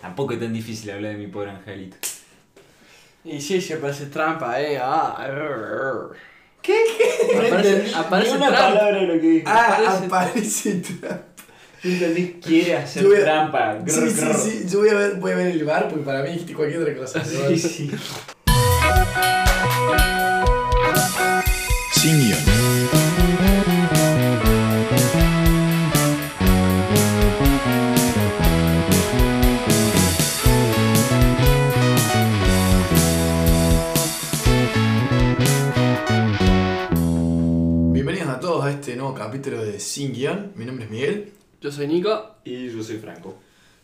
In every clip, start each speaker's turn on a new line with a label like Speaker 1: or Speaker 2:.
Speaker 1: Tampoco es tan difícil hablar de mi pobre angelito.
Speaker 2: Y sí, siempre hace trampa, eh. Ah,
Speaker 3: ¿Qué? ¿Qué?
Speaker 2: Aparece-
Speaker 3: entendí
Speaker 2: aparece
Speaker 3: ni una
Speaker 2: Trump.
Speaker 3: palabra de lo que dije.
Speaker 2: Aparece-
Speaker 3: Ah, aparece Trump.
Speaker 1: Yo Entendí, quiere hacer
Speaker 3: Yo voy a-
Speaker 1: trampa. Grr,
Speaker 3: Sí, sí,
Speaker 1: grr.
Speaker 3: sí. Yo voy a ver, voy a ver el bar porque para mí dijiste cualquier otra cosa.
Speaker 1: Sí, sí.
Speaker 4: Sin guión.
Speaker 3: Bienvenidos a todos a este nuevo capítulo de Sin Guión. Mi nombre es Miguel.
Speaker 2: Yo soy Nico.
Speaker 1: Y yo soy Franco.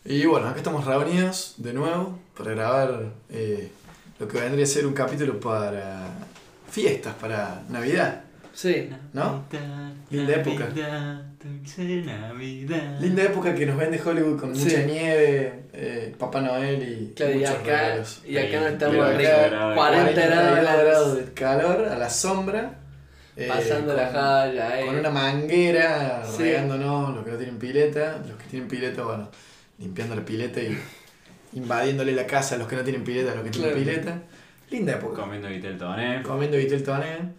Speaker 3: Y bueno, acá estamos reunidos de nuevo para grabar eh, lo que vendría a ser un capítulo para fiestas, para Navidad.
Speaker 2: Sí.
Speaker 3: ¿No?
Speaker 1: Linda
Speaker 3: Linda
Speaker 1: época.
Speaker 3: época.
Speaker 1: Dulce Navidad.
Speaker 3: Linda época que nos vende Hollywood con mucha
Speaker 2: Sí.
Speaker 3: nieve, eh, Papá Noel y
Speaker 2: Claro, y
Speaker 3: muchos
Speaker 2: acá,
Speaker 3: regalos.
Speaker 2: y acá no
Speaker 1: Sí,
Speaker 2: estamos
Speaker 1: pero
Speaker 2: arriba.
Speaker 1: acá- 40
Speaker 2: de 40 grados,
Speaker 3: grados de calor, a la sombra. eh,
Speaker 2: pasando la
Speaker 3: con-
Speaker 2: jaya, eh.
Speaker 3: Con una manguera,
Speaker 2: Sí.
Speaker 3: regándonos, los que no tienen pileta, los que tienen pileta, bueno, limpiando la pileta y invadiéndole la casa a los que no tienen pileta, a los que tienen
Speaker 2: Claro.
Speaker 3: pileta. Linda época.
Speaker 1: Comiendo Vitel Toné.
Speaker 3: Comiendo vitel toné,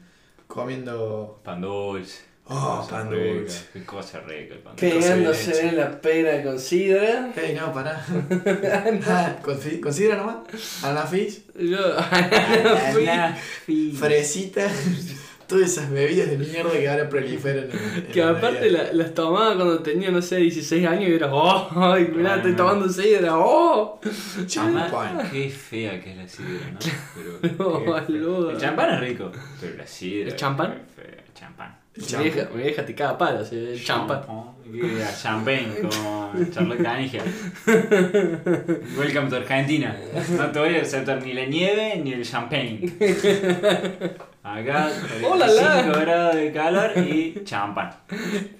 Speaker 3: comiendo...
Speaker 1: Pan dulce.
Speaker 3: Oh,
Speaker 1: Cosa
Speaker 3: pan
Speaker 1: rica,
Speaker 3: dulce.
Speaker 1: Qué cosa rica el pan dulce.
Speaker 3: Cosa de
Speaker 2: Pegándose en la pera con sidra.
Speaker 3: Hey, no, pará. Ah, consi- considera nomás. Anafish,
Speaker 2: Yo.
Speaker 3: fresita, todas esas bebidas de mierda que ahora proliferan. en- en
Speaker 2: Que
Speaker 3: la
Speaker 2: aparte
Speaker 3: Navidad.
Speaker 2: la- las tomaba cuando tenía, no sé, 16 años y era, oh, ay,
Speaker 1: Ah,
Speaker 2: mirá, estoy tomando sidra, oh.
Speaker 3: Champán.
Speaker 1: Además, qué fea que es la sidra, ¿no?
Speaker 2: No,
Speaker 1: qué fea.
Speaker 2: Oh, boludo.
Speaker 1: El champán es rico, pero la sidra.
Speaker 2: ¿El champán?
Speaker 1: es fea, el champán.
Speaker 3: El
Speaker 2: Mi vieja, mi vieja te caga palo, o sea, el champa.
Speaker 1: Champán. Yeah, Champagne, como Charlotte Canigia. Welcome to Argentina. No te voy a aceptar ni la nieve ni el champagne. Acá,
Speaker 2: Hola, la.
Speaker 1: 5 grados de calor y champán.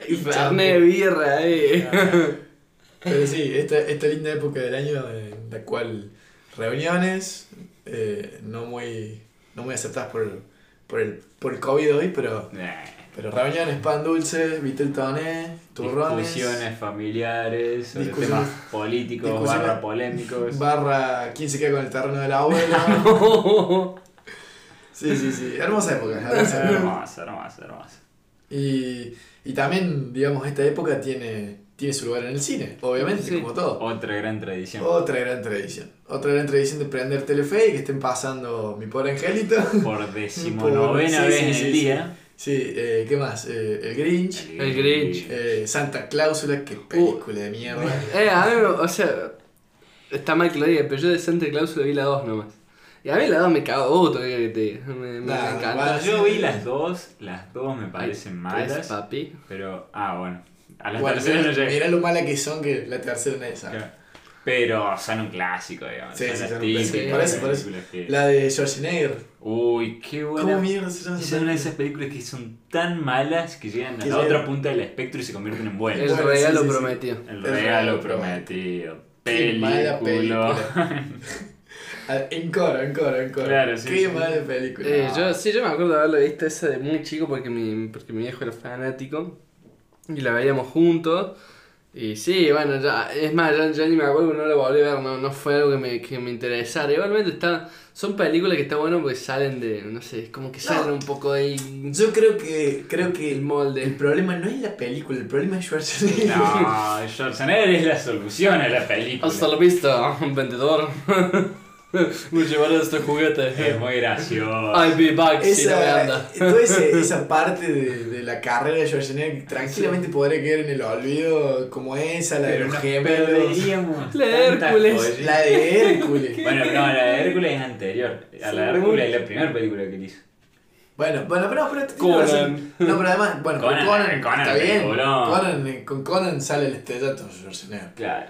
Speaker 2: Y carne de birra, eh.
Speaker 3: Pero sí, esta, esta linda época del año en la cual reuniones eh, no muy no muy aceptadas por, por, el, por el COVID hoy, pero,
Speaker 1: Eh,
Speaker 3: pero reuniones, pan dulce, vitel toné, turrones,
Speaker 1: Discusiones familiares, sobre
Speaker 3: Discusiones-
Speaker 1: temas políticos,
Speaker 3: discusiones-
Speaker 1: barra polémicos.
Speaker 3: barra quién se queda con el terreno del abuelo. Sí, sí, sí, hermosa época. hermosa época.
Speaker 1: hermoso, hermoso, hermoso.
Speaker 3: Y, y también, digamos, esta época tiene, tiene su lugar en el cine, obviamente,
Speaker 2: Sí.
Speaker 3: como todo.
Speaker 1: Otra gran tradición.
Speaker 3: Otra gran tradición. Otra gran tradición de prender Telefe y que estén pasando mi pobre angelito.
Speaker 1: Por decimonovena
Speaker 3: Por- sí,
Speaker 1: vez
Speaker 3: sí,
Speaker 1: en
Speaker 3: sí,
Speaker 1: el
Speaker 3: sí.
Speaker 1: día.
Speaker 3: Sí, eh, ¿qué más? Eh, el Grinch,
Speaker 2: El Grinch.
Speaker 3: eh, Santa Cláusula, qué película de mierda.
Speaker 2: Eh, a mí, me- o sea, está mal que lo diga, pero yo de Santa Claus vi la 2 nomás. Y a mí la 2 me cago, uh, todavía que te diga. Me, me
Speaker 3: Nah,
Speaker 2: encanta.
Speaker 3: vale.
Speaker 1: Cuando yo vi las dos, las dos me parecen
Speaker 2: Tres,
Speaker 1: malas.
Speaker 2: papi.
Speaker 1: Pero, ah, bueno. A la
Speaker 3: Bueno,
Speaker 1: tercera no
Speaker 3: mirá,
Speaker 1: llegué.
Speaker 3: mirá lo mala que son que la tercera no es esa.
Speaker 1: Claro. Pero son un clásico, digamos.
Speaker 3: Sí,
Speaker 1: son
Speaker 3: sí,
Speaker 1: las
Speaker 3: son un clásico.
Speaker 1: típicas
Speaker 2: Por
Speaker 3: eso, por eso.
Speaker 1: películas que-
Speaker 3: La de Schwarzenegger.
Speaker 1: Uy, qué
Speaker 3: ¿Cómo
Speaker 1: buena.
Speaker 3: mierda se llama?
Speaker 1: Esa Es
Speaker 3: esa
Speaker 1: una de
Speaker 3: película?
Speaker 1: esas películas que son tan malas que llegan a
Speaker 3: Que
Speaker 1: la
Speaker 3: llegan-
Speaker 1: otra punta del espectro y se convierten en
Speaker 2: El
Speaker 1: buenas.
Speaker 3: Bueno, sí,
Speaker 2: regalo
Speaker 3: sí, sí.
Speaker 2: prometido.
Speaker 1: El
Speaker 3: El
Speaker 1: regalo
Speaker 3: regalo
Speaker 1: prometido.
Speaker 3: Qué mala
Speaker 1: Película.
Speaker 3: Ah, En coro, en coro, en coro.
Speaker 1: Claro, sí,
Speaker 3: Qué
Speaker 1: sí.
Speaker 3: mala película.
Speaker 2: Eh, yo, sí, yo me acuerdo de haberlo visto esa de muy chico porque mi, porque mi viejo era fanático y la veíamos juntos. Y sí, bueno, ya, es más, ya, ya ni me acuerdo, no la volví a ver, no, no fue algo que me, que me interesara. Igualmente está, son películas que está bueno porque salen de, no sé, es como que salen un poco ahí
Speaker 3: Yo creo que, creo que
Speaker 2: el
Speaker 3: el,
Speaker 2: molde.
Speaker 3: problema no es la película, el problema es Schwarzenegger.
Speaker 1: No, Schwarzenegger es la solución a la película.
Speaker 2: Hasta la vista, vendedor. me llevaré este
Speaker 1: Es
Speaker 2: juguete.
Speaker 1: muy gracioso.
Speaker 2: I'll be back si no me
Speaker 3: Esa, eh,
Speaker 2: anda.
Speaker 3: toda ese- esa parte de, de la carrera de Schwarzenegger que tranquilamente podría quedar en el olvido, como esa, la de
Speaker 1: Pero
Speaker 3: los
Speaker 1: nos
Speaker 3: gemelos,
Speaker 1: perderíamos
Speaker 2: La de
Speaker 1: tantas
Speaker 2: Hércules.
Speaker 1: joyas.
Speaker 3: la de Hércules.
Speaker 1: Bueno, no, la de Hércules es anterior. A la de
Speaker 2: Sí.
Speaker 1: Hércules es la primera película que él hizo.
Speaker 3: Bueno, bueno, pero, pero tiene
Speaker 2: Conan.
Speaker 3: razón. No, pero además, bueno, con
Speaker 1: Conan,
Speaker 3: Conan,
Speaker 1: Conan,
Speaker 3: está bien.
Speaker 1: peliculón.
Speaker 3: Conan, eh, con Conan sale el estrellato de Schwarzenegger.
Speaker 1: Claro.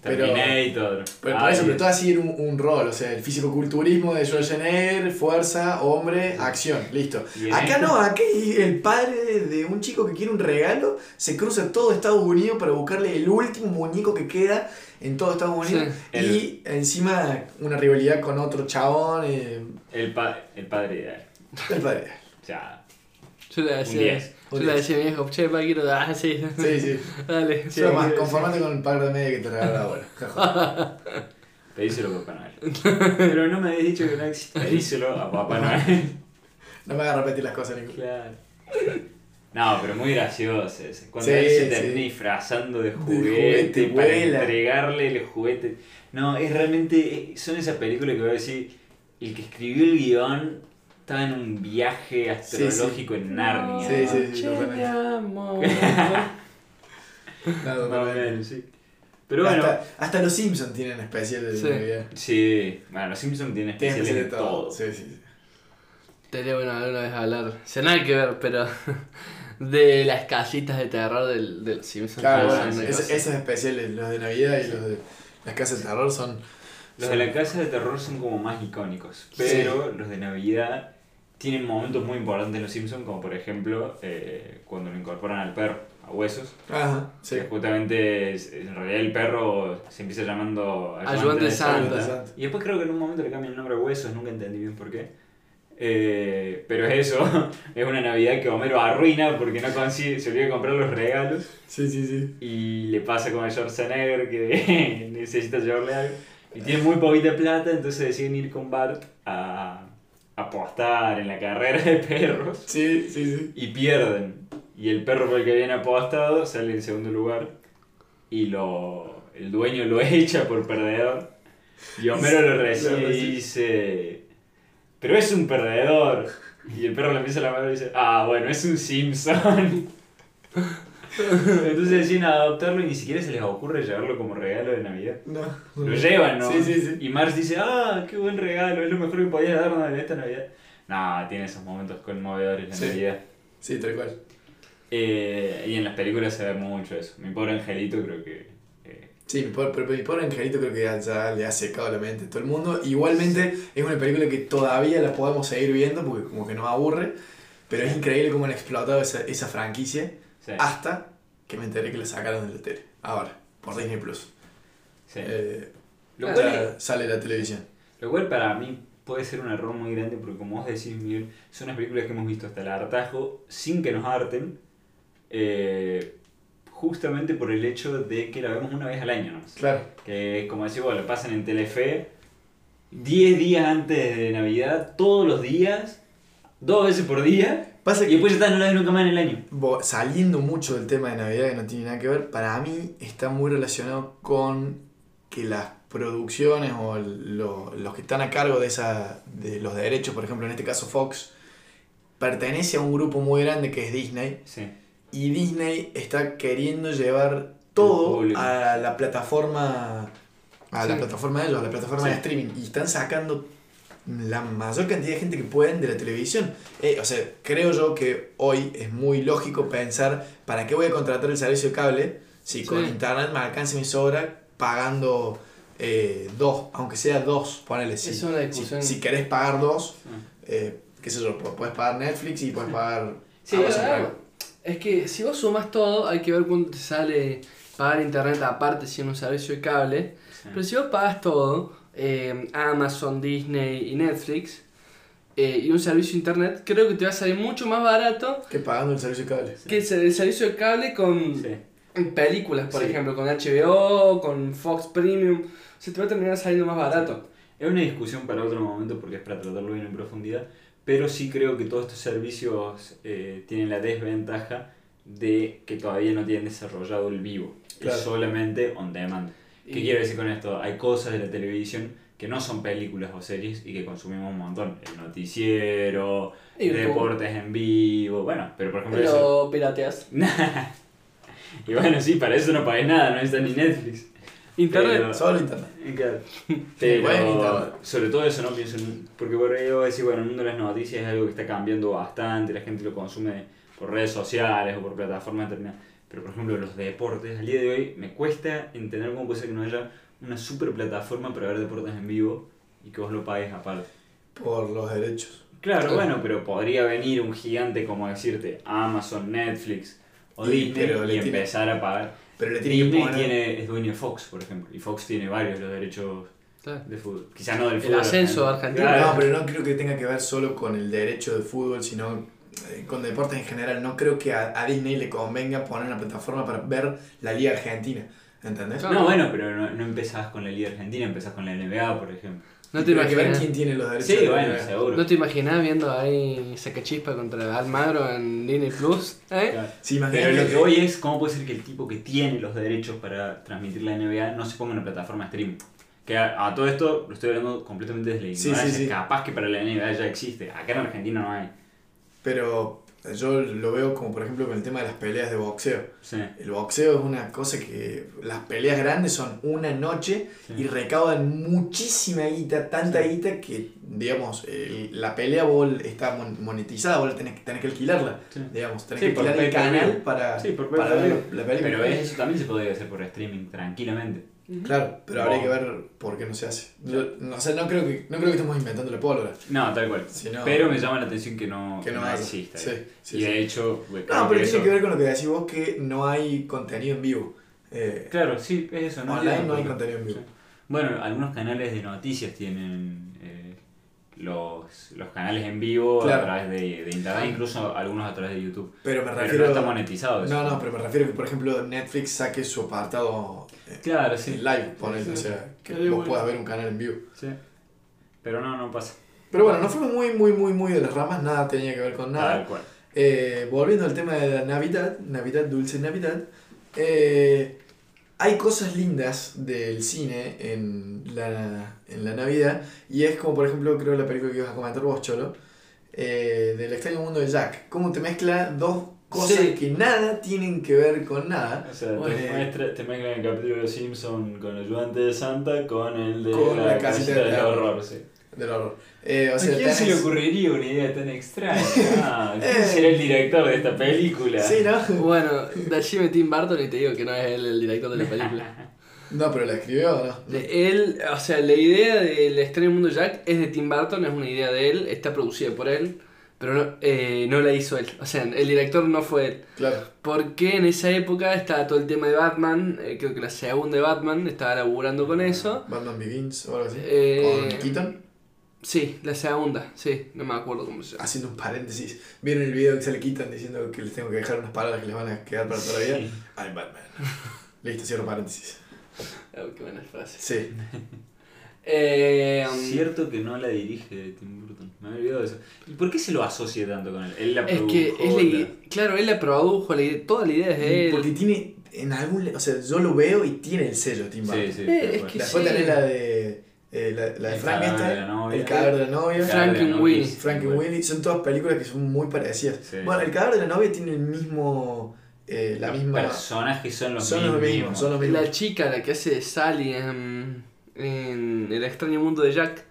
Speaker 3: Pero-
Speaker 1: Terminator.
Speaker 3: Pero por
Speaker 1: Alien.
Speaker 3: eso, pero todo así era un, un rol, o sea, el fisicoculturismo de Schwarzenegger, fuerza, hombre, acción, listo.
Speaker 1: Bien.
Speaker 3: Acá no, acá el padre de un chico que quiere un regalo se cruza todo Estados Unidos para buscarle el último muñeco que queda en todo Estados Unidos.
Speaker 1: Sí.
Speaker 3: Y encima una rivalidad con otro chabón, eh,
Speaker 1: El, pa- el padre ideal.
Speaker 3: el padre.
Speaker 1: O sea,
Speaker 2: Yo le
Speaker 1: un
Speaker 2: decía,
Speaker 1: 10.
Speaker 2: Yo le decía a mi viejo, che, pa, quiero. Ah, sí.
Speaker 3: Sí, sí.
Speaker 2: Dale. che,
Speaker 3: Solo más,
Speaker 2: quiero-
Speaker 3: conformate con el par de media que te regaló la abuela. Jaja.
Speaker 1: Pedíselo a Papá Noel. Pero no me habías dicho que no existe. Pedíselo a Papá Noel.
Speaker 3: No me hagas repetir las cosas, Nico.
Speaker 1: claro. No, pero muy gracioso ese. Cuando
Speaker 3: Sí,
Speaker 1: él se
Speaker 3: sí.
Speaker 1: termina disfrazando de juguete,
Speaker 3: juguete,
Speaker 1: para
Speaker 3: vuela.
Speaker 1: entregarle el juguete. No, es realmente. eh, Son esas películas que voy a decir. El que escribió el guión estaba en un viaje
Speaker 3: sí.
Speaker 1: astrológico en Narnia.
Speaker 3: Sí, sí, sí,
Speaker 2: Che,
Speaker 3: totalmente.
Speaker 2: mi amor.
Speaker 3: No,
Speaker 1: Más o menos, sí. Pero bueno.
Speaker 3: hasta, hasta los Simpsons tienen especial de
Speaker 2: Sí.
Speaker 3: Navidad.
Speaker 1: Sí, bueno, los Simpsons tienen
Speaker 3: Tienen
Speaker 1: especiales de
Speaker 3: especial de
Speaker 1: todo.
Speaker 3: todo. Sí, sí, sí.
Speaker 2: Estaría bueno alguna vez hablar. Se nada que ver, pero. De las casitas de terror del, de los Simpsons.
Speaker 3: Claro,
Speaker 1: Ah,
Speaker 3: bueno,
Speaker 1: sí,
Speaker 2: Una
Speaker 3: es-
Speaker 2: cosa.
Speaker 3: esos especiales, los de Navidad y los de las casas de terror son.
Speaker 1: Los de
Speaker 3: son-
Speaker 1: la casa de terror son como más icónicos, pero los de Navidad tienen momentos muy importantes en los Simpsons, como por ejemplo eh, cuando lo incorporan al perro, a huesos,
Speaker 3: Ajá, sí.
Speaker 1: que justamente es- en realidad el perro se empieza llamando
Speaker 2: Ayudante de Santa.
Speaker 3: Santa, Santa.
Speaker 1: Y después creo que en un momento le cambian el nombre a huesos, nunca entendí bien por qué. Eh, pero es eso, es una Navidad que Homero arruina porque no consigue, se olvida de comprar los regalos.
Speaker 3: Sí, sí, sí.
Speaker 1: Y le pasa con el Schwarzenegger que necesita llevarle algo. Y tiene muy poquita plata, entonces deciden ir con Bart a a apostar en la carrera de perros.
Speaker 3: Sí, sí, sí.
Speaker 1: Y pierden. Y el perro por el que habían apostado sale en segundo lugar. Y lo, el dueño lo echa por perdedor. Y Homero lo recibe y dice... Pero es un perdedor. Y el perro le empieza la mano y dice... Ah, bueno, es un Simpson. Entonces deciden adoptarlo y ni siquiera se les ocurre llevarlo como regalo de Navidad.
Speaker 3: No.
Speaker 1: Lo llevan, ¿no?
Speaker 3: Sí, sí, sí.
Speaker 1: Y Marge dice, ah, qué buen regalo, es lo mejor que podías darnos en esta Navidad. Nah, tiene esos momentos conmovedores la
Speaker 3: Sí.
Speaker 1: Navidad.
Speaker 3: Sí, tal cual.
Speaker 1: Eh, y en las películas se ve mucho eso. Mi pobre angelito creo que... eh,
Speaker 3: Sí, mi pobre, pero mi pobre angelito creo que ya, ya le ha secado la mente a todo el mundo. Igualmente es una película que todavía la podemos seguir viendo porque como que nos aburre. Pero es increíble cómo han explotado esa, esa franquicia
Speaker 1: sí,
Speaker 3: hasta que me enteré que la sacaron de la tele. Ahora, por Disney Plus.
Speaker 1: sí.
Speaker 3: Eh,
Speaker 1: lo, cual,
Speaker 3: ya sale la televisión.
Speaker 1: lo cual para mí puede ser un error muy grande porque como vos decís, Miguel, son unas películas que hemos visto hasta el hartajo sin que nos harten. eh, justamente por el hecho de que la vemos una vez al año nomás.
Speaker 3: Claro.
Speaker 1: que como decís vos, lo pasan en Telefe 10 días antes de Navidad, todos los días, dos veces por día,
Speaker 3: Pasa
Speaker 1: y
Speaker 3: que
Speaker 1: después ya está, no la ves nunca más en el año.
Speaker 3: bo- saliendo mucho del tema de Navidad que no tiene nada que ver, para mí está muy relacionado con que las producciones o lo- los que están a cargo de, esa, de los derechos, por ejemplo en este caso Fox, pertenece a un grupo muy grande que es Disney
Speaker 1: Sí,
Speaker 3: y Disney está queriendo llevar todo
Speaker 1: público.
Speaker 3: a la plataforma a la
Speaker 2: Sí.
Speaker 3: plataforma de ellos, a la plataforma
Speaker 1: Sí.
Speaker 3: de streaming y están sacando la mayor cantidad de gente que pueden de la televisión. Eh, o sea, creo yo que hoy es muy lógico pensar para qué voy a contratar el servicio de cable si con
Speaker 2: Sí.
Speaker 3: internet me alcanza y me sobra pagando eh, dos, aunque sea dos, ponele si,
Speaker 2: Es una
Speaker 3: si-
Speaker 2: discusión.
Speaker 3: si querés pagar dos,
Speaker 1: sí.
Speaker 3: eh, qué sé yo, puedes pagar Netflix y puedes pagar
Speaker 2: Sí,
Speaker 3: Amazon
Speaker 2: claro.
Speaker 3: Prime.
Speaker 2: Es que si vos sumás todo, hay que ver cuánto te sale pagar internet aparte sin un servicio de cable.
Speaker 1: sí.
Speaker 2: Pero si vos pagas todo, eh, Amazon, Disney y Netflix, eh, y un servicio de internet, creo que te va a salir mucho más barato
Speaker 3: que pagando el servicio de cable.
Speaker 2: que el el servicio de cable con
Speaker 1: Sí.
Speaker 2: películas, por
Speaker 1: Sí.
Speaker 2: ejemplo, con HBO, con Fox Premium. O sea, te va a terminar saliendo más barato.
Speaker 1: Es una discusión para otro momento porque es para tratarlo bien en profundidad, pero sí creo que todos estos servicios eh, tienen la desventaja de que todavía no tienen desarrollado el vivo,
Speaker 3: Claro.
Speaker 1: es solamente on demand. ¿Qué
Speaker 2: Y-
Speaker 1: quiero decir con esto? Hay cosas de la televisión que no son películas o series y que consumimos un montón. El noticiero,
Speaker 2: Y YouTube.
Speaker 1: deportes en vivo, bueno, pero por ejemplo eso...
Speaker 2: Pero pirateas.
Speaker 1: Y bueno, sí, para eso no pagué nada, no necesitas ni Netflix.
Speaker 2: Internet.
Speaker 1: Pero-
Speaker 3: Solo internet.
Speaker 1: Claro.
Speaker 3: Bueno,
Speaker 1: Pero
Speaker 3: internet.
Speaker 1: sobre todo eso no pienso en... Porque por ahí voy a decir, bueno, el mundo de las noticias es algo que está cambiando bastante, la gente lo consume por redes sociales o por plataformas determinadas. Pero por ejemplo los deportes, al día de hoy me cuesta entender cómo puede ser que no haya una super plataforma para ver deportes en vivo y que vos lo pagues aparte.
Speaker 3: Por los derechos.
Speaker 1: Claro,
Speaker 2: Claro.
Speaker 1: bueno, pero podría venir un gigante como decirte Amazon, Netflix o
Speaker 3: Y-
Speaker 1: Disney
Speaker 3: pero le
Speaker 1: y
Speaker 3: tiene-
Speaker 1: empezar a pagar.
Speaker 3: Pero le tienen que
Speaker 1: Disney
Speaker 3: poner.
Speaker 1: tiene, es dueño de Fox, por ejemplo, y Fox tiene varios de los derechos
Speaker 2: Claro.
Speaker 1: de fútbol. Quizá no del
Speaker 2: El
Speaker 1: fútbol.
Speaker 2: ascenso
Speaker 1: argentino.
Speaker 2: argentino.
Speaker 1: Claro.
Speaker 3: No, pero no creo que tenga que ver solo con el derecho de fútbol, sino eh, con deportes en general, no creo que a, a Disney le convenga poner una plataforma para ver la Liga Argentina. ¿Entendés?
Speaker 1: No, bueno, pero no, no empezás con la Liga Argentina, empezás con la NBA, por ejemplo.
Speaker 2: No
Speaker 3: Y
Speaker 2: te
Speaker 3: pero hay que ver
Speaker 2: imaginas.
Speaker 3: quién tiene los derechos.
Speaker 1: Sí,
Speaker 3: de la
Speaker 1: bueno,
Speaker 3: NBA.
Speaker 1: seguro.
Speaker 2: ¿No te imaginás viendo ahí Sacachispa contra Almagro en Disney Plus? ¿Eh?
Speaker 1: Claro.
Speaker 3: Sí, imagínate
Speaker 1: Pero lo que voy es, ¿cómo puede ser que el tipo que tiene los derechos para transmitir la NBA no se ponga en una plataforma streaming? Que a, a todo esto lo estoy hablando completamente desde la
Speaker 3: Sí,
Speaker 1: ignorancia.
Speaker 3: sí, sí.
Speaker 1: Capaz que para la NBA ya existe. Acá en Argentina no hay.
Speaker 3: Pero yo lo veo como por ejemplo con el tema de las peleas de boxeo.
Speaker 1: Sí.
Speaker 3: El boxeo es una cosa que las peleas grandes son una noche
Speaker 1: Sí.
Speaker 3: y recaudan muchísima guita, tanta
Speaker 1: Sí.
Speaker 3: guita que, digamos, el- la pelea vos está mon- monetizada, vos la tenés, tenés que alquilarla.
Speaker 1: Sí.
Speaker 3: Digamos, tenés
Speaker 1: Sí,
Speaker 3: que
Speaker 1: por
Speaker 3: alquilar el
Speaker 1: pay-per-view.
Speaker 3: canal para,
Speaker 1: Sí, por
Speaker 3: para ver
Speaker 1: pay-per-view.
Speaker 3: la, la película.
Speaker 1: Pero eso también se podría hacer por streaming tranquilamente.
Speaker 3: Claro, pero habría que ver por qué no se hace. Yo, no, o sea, no creo que, no creo que estemos inventando la pólvora.
Speaker 1: No, tal cual.
Speaker 3: Si no-
Speaker 1: pero me llama la atención que no,
Speaker 3: Que no,
Speaker 1: no
Speaker 3: haya.
Speaker 1: exista.
Speaker 3: Sí, sí,
Speaker 1: y
Speaker 3: sí.
Speaker 1: de hecho, bueno, creo
Speaker 3: No, pero
Speaker 1: eso-
Speaker 3: tiene que ver con lo que decís vos que no hay contenido en vivo. Eh,
Speaker 1: Claro, sí, es eso.
Speaker 3: Online
Speaker 1: entiendo
Speaker 3: no
Speaker 1: por
Speaker 3: hay
Speaker 1: qué.
Speaker 3: contenido en vivo.
Speaker 1: Bueno, algunos canales de noticias tienen eh, los, los canales en vivo
Speaker 3: Claro.
Speaker 1: a través de, de internet, incluso algunos a través de YouTube.
Speaker 3: pero me
Speaker 1: Pero no
Speaker 3: refiero.
Speaker 1: está monetizado eso.
Speaker 3: no, no, pero me refiero que, por ejemplo, Netflix saque su apartado eh,
Speaker 1: Claro, sí.
Speaker 3: en live, ponele,
Speaker 2: Sí.
Speaker 3: o sea, que
Speaker 2: Estaría
Speaker 3: vos
Speaker 2: bueno.
Speaker 3: puedas ver un canal en vivo.
Speaker 1: sí. Pero no, no pasa.
Speaker 3: Pero bueno, no fuimos muy, muy, muy, muy de las ramas, nada tenía que ver con nada.
Speaker 1: Tal cual.
Speaker 3: Eh, volviendo al tema de la Navidad, Navidad, dulce Navidad, eh, hay cosas lindas del cine en la, en la Navidad, y es como por ejemplo creo la película que ibas a comentar vos, Cholo, eh, del extraño mundo de Jack, cómo te mezcla dos cosas
Speaker 2: Sí.
Speaker 3: que nada tienen que ver con nada.
Speaker 1: O sea, te,
Speaker 3: Bueno.
Speaker 1: muestra, te mezclan el capítulo de los Simpson con el ayudante de Santa con el de
Speaker 3: Con la
Speaker 1: la,
Speaker 3: casita
Speaker 1: casita
Speaker 3: de
Speaker 1: del
Speaker 3: terror.
Speaker 1: horror. Sí.
Speaker 3: Del horror. Eh, o
Speaker 1: ¿A
Speaker 3: sea,
Speaker 1: quién se le
Speaker 3: tenés-
Speaker 1: ocurriría una idea tan extraña? Ah, ¿Quién
Speaker 3: Eh.
Speaker 1: será el director de esta película?
Speaker 3: Sí, ¿no?
Speaker 2: Bueno, de Tim Burton y te digo que no es él el director de la película.
Speaker 3: No, pero la escribió, ¿no?
Speaker 2: De él, o sea, la idea del extraño mundo de Jack es de Tim Burton, es una idea de él, está producida por él, pero no, eh, no la hizo él. O sea, el director no fue él.
Speaker 3: Claro.
Speaker 2: Porque en esa época estaba todo el tema de Batman, eh, creo que la segunda de Batman, estaba laburando con eso.
Speaker 3: Batman Begins o algo así.
Speaker 2: Eh,
Speaker 3: Con Keaton.
Speaker 2: Sí, la segunda, sí, no me acuerdo cómo se llama.
Speaker 1: Ah,
Speaker 3: Haciendo un paréntesis. ¿Vieron el video que se le quitan diciendo que les tengo que dejar unas palabras que les van a quedar para toda la vida?
Speaker 1: Sí.
Speaker 3: I'm Batman. Listo, cierro paréntesis.
Speaker 2: Ah, qué buena frase.
Speaker 3: Sí.
Speaker 2: Eh, um,
Speaker 1: Cierto que no la dirige Tim Burton. Me había olvidado de eso. ¿Y por qué se lo asocia tanto con él? Él la
Speaker 2: es
Speaker 1: produjo. Mm,
Speaker 2: que es la
Speaker 1: la-
Speaker 2: ide- claro, él la produjo, la idea- toda la idea es de él.
Speaker 3: Porque tiene en algún... le- O sea, yo lo veo y tiene el sello Tim Burton.
Speaker 1: Sí, sí.
Speaker 2: Eh,
Speaker 1: tal
Speaker 2: es
Speaker 1: cual.
Speaker 2: que-
Speaker 3: Después
Speaker 2: sí.
Speaker 3: tenés la de... eh, la, la de
Speaker 1: El
Speaker 3: Frank
Speaker 1: cadáver
Speaker 3: esta,
Speaker 1: de la novia.
Speaker 3: El cadáver de la novia.
Speaker 2: Frank-
Speaker 1: Claro,
Speaker 2: and
Speaker 1: no,
Speaker 2: Willy.
Speaker 1: sí,
Speaker 3: Frank y
Speaker 1: bueno.
Speaker 3: Willy son todas películas que son muy parecidas.
Speaker 1: Sí.
Speaker 3: Bueno, el cadáver de la novia tiene el mismo... eh, la
Speaker 1: Los
Speaker 3: misma...
Speaker 1: personajes son los
Speaker 3: Son los
Speaker 1: mismos.
Speaker 3: mismos, son los mismos.
Speaker 2: La chica, la que hace de Sally en, en El extraño mundo de Jack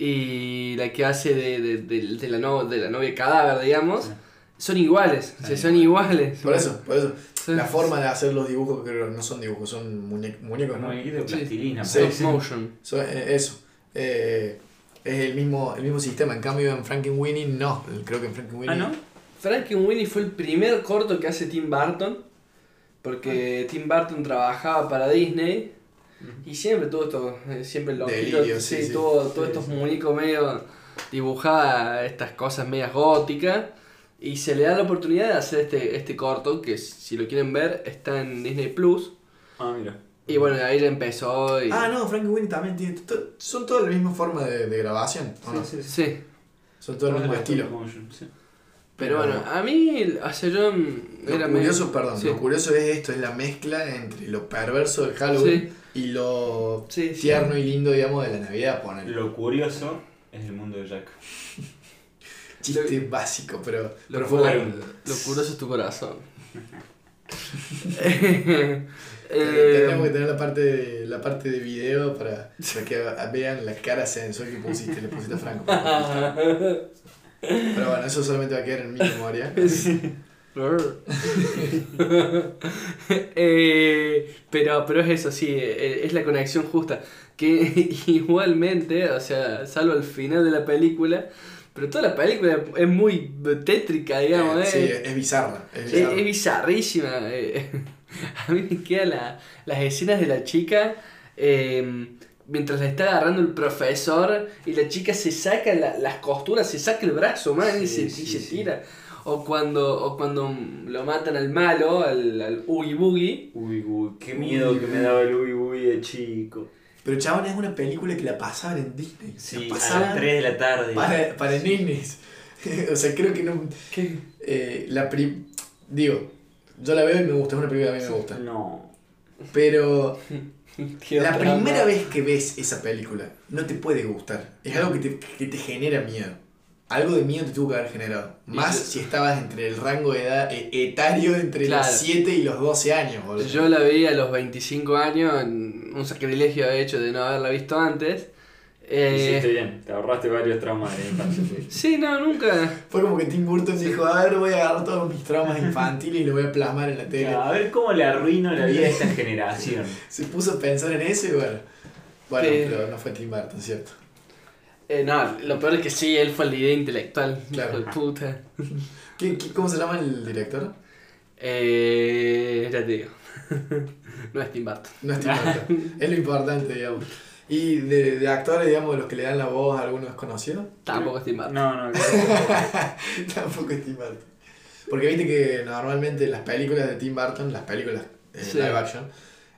Speaker 2: y la que hace de, de- de- de la, no- de la novia cadáver, digamos,
Speaker 1: Sí.
Speaker 2: son iguales, o sea, son iguales.
Speaker 3: Por eso, por eso.
Speaker 2: Son-
Speaker 3: La forma de hacer los dibujos, creo, no son dibujos, son muñe- muñecos,
Speaker 1: Los
Speaker 3: ¿no?
Speaker 1: muñequitos de
Speaker 2: Sí.
Speaker 1: plastilina.
Speaker 3: Sí.
Speaker 1: parece.
Speaker 2: Stop motion.
Speaker 3: So, eh, eso. Eh, es el mismo, el mismo sistema. En cambio, en Frankenweenie no. Creo que en Frankenweenie.
Speaker 1: Ah, ¿no?
Speaker 2: Frankenweenie fue el primer corto que hace Tim Burton, porque
Speaker 3: Ah.
Speaker 2: Tim Burton trabajaba para Disney y siempre todo esto, eh, siempre los
Speaker 3: Delirio,
Speaker 2: giros,
Speaker 3: sí,
Speaker 2: sí,
Speaker 3: sí.
Speaker 2: todo,
Speaker 3: Sí,
Speaker 2: todos estos
Speaker 3: sí.
Speaker 2: muñecos medio dibujaba estas cosas medias góticas y se le da la oportunidad de hacer este, este corto que si lo quieren ver está en Disney Plus
Speaker 1: Ah, mira.
Speaker 2: y bueno ahí ya empezó y...
Speaker 3: Ah, no, Frankenweenie también tiene. to- son todas la misma forma de, de grabación, ¿o no?
Speaker 1: Sí, sí, sí.
Speaker 2: Sí,
Speaker 3: Son todos el mismo
Speaker 1: Los
Speaker 3: estilo.
Speaker 1: stop motion, sí.
Speaker 2: pero bueno, a mí, o sea, yo mm,
Speaker 3: Lo
Speaker 2: era medio-
Speaker 3: curioso, perdón,
Speaker 2: sí.
Speaker 3: lo curioso es esto, es la mezcla entre lo perverso del Halloween y lo
Speaker 2: Sí, sí.
Speaker 3: tierno y lindo, digamos, de la Navidad, poner.
Speaker 1: Lo curioso es el mundo de Jack.
Speaker 3: Chiste básico, pero, pero
Speaker 2: Lo
Speaker 3: fue
Speaker 2: cura-
Speaker 3: bueno.
Speaker 2: Lo curioso es tu corazón.
Speaker 3: Tenemos que
Speaker 2: Eh,
Speaker 3: tener la parte de, la parte de video para, para que vean la cara sensual que pusiste, le pusiste a Franco. Pero bueno, eso solamente va a quedar en mi memoria.
Speaker 2: Eh, pero, pero es eso, sí, eh, es la conexión justa. Que igualmente, o sea, salvo al final de la película, pero toda la película es muy tétrica, digamos.
Speaker 3: Eh,
Speaker 2: eh.
Speaker 3: sí, es bizarra. Es
Speaker 2: Es,
Speaker 3: bizarra.
Speaker 2: es bizarrísima. eh. A mí me quedan la- las escenas de la chica eh, mientras la está agarrando el profesor y la chica se saca la- las costuras, se saca el brazo, man, y
Speaker 1: Sí,
Speaker 2: se, y
Speaker 1: sí,
Speaker 2: se
Speaker 1: sí.
Speaker 2: tira. O cuando, o cuando lo matan al malo, al, al Oogie Boogie.
Speaker 1: Uy, uy, qué miedo que me daba el uy, uy de chico.
Speaker 3: Pero chabón es una película que la pasaban en Disney. La
Speaker 1: Sí, a
Speaker 3: pasaban
Speaker 1: las 3 de la tarde.
Speaker 3: Para, para ninis. o sea, creo que no.
Speaker 2: ¿Qué?
Speaker 3: eh, la pri- Digo, yo la veo y me gusta, es una película que a mí me gusta.
Speaker 1: No.
Speaker 3: Pero
Speaker 2: Qué
Speaker 3: la
Speaker 2: drama.
Speaker 3: primera vez que ves esa película, no te puede gustar. Es algo que te, que te genera miedo. Algo de miedo te tuvo que haber generado.
Speaker 2: Y
Speaker 3: Más
Speaker 2: yo-
Speaker 3: si estabas entre el rango de edad eh, etario entre
Speaker 2: Claro.
Speaker 3: los 7 y los 12 años, boludo.
Speaker 2: Yo la vi a los 25 años, en un sacrilegio de hecho de no haberla visto antes. Eh,
Speaker 1: Hiciste bien, te ahorraste varios traumas de la infancia. sí.
Speaker 2: sí, no, nunca.
Speaker 3: Fue como que Tim Burton dijo, a ver, voy a agarrar todos mis traumas infantiles y lo voy a plasmar en la tele.
Speaker 1: A ver cómo le arruino la vida a esta generación.
Speaker 3: Se puso a pensar en eso y bueno. Bueno,
Speaker 2: Sí.
Speaker 3: pero no fue Tim Burton, ¿cierto?
Speaker 2: Eh, no, lo peor es que sí, él fue el líder intelectual.
Speaker 3: Claro.
Speaker 2: Hijo de puta.
Speaker 3: ¿Qué, qué- cómo se llama el director?
Speaker 2: Eh, ya te digo. no es Tim Burton.
Speaker 3: No es Tim Burton. es lo importante, digamos. Y de, de actores, digamos, de los que le dan la voz a algunos desconocidos,
Speaker 2: Tampoco es Tim Burton.
Speaker 1: No, no, claro.
Speaker 3: tampoco es Tim Burton. Porque viste que normalmente las películas de Tim Burton, las películas eh,
Speaker 2: Sí.
Speaker 3: live action,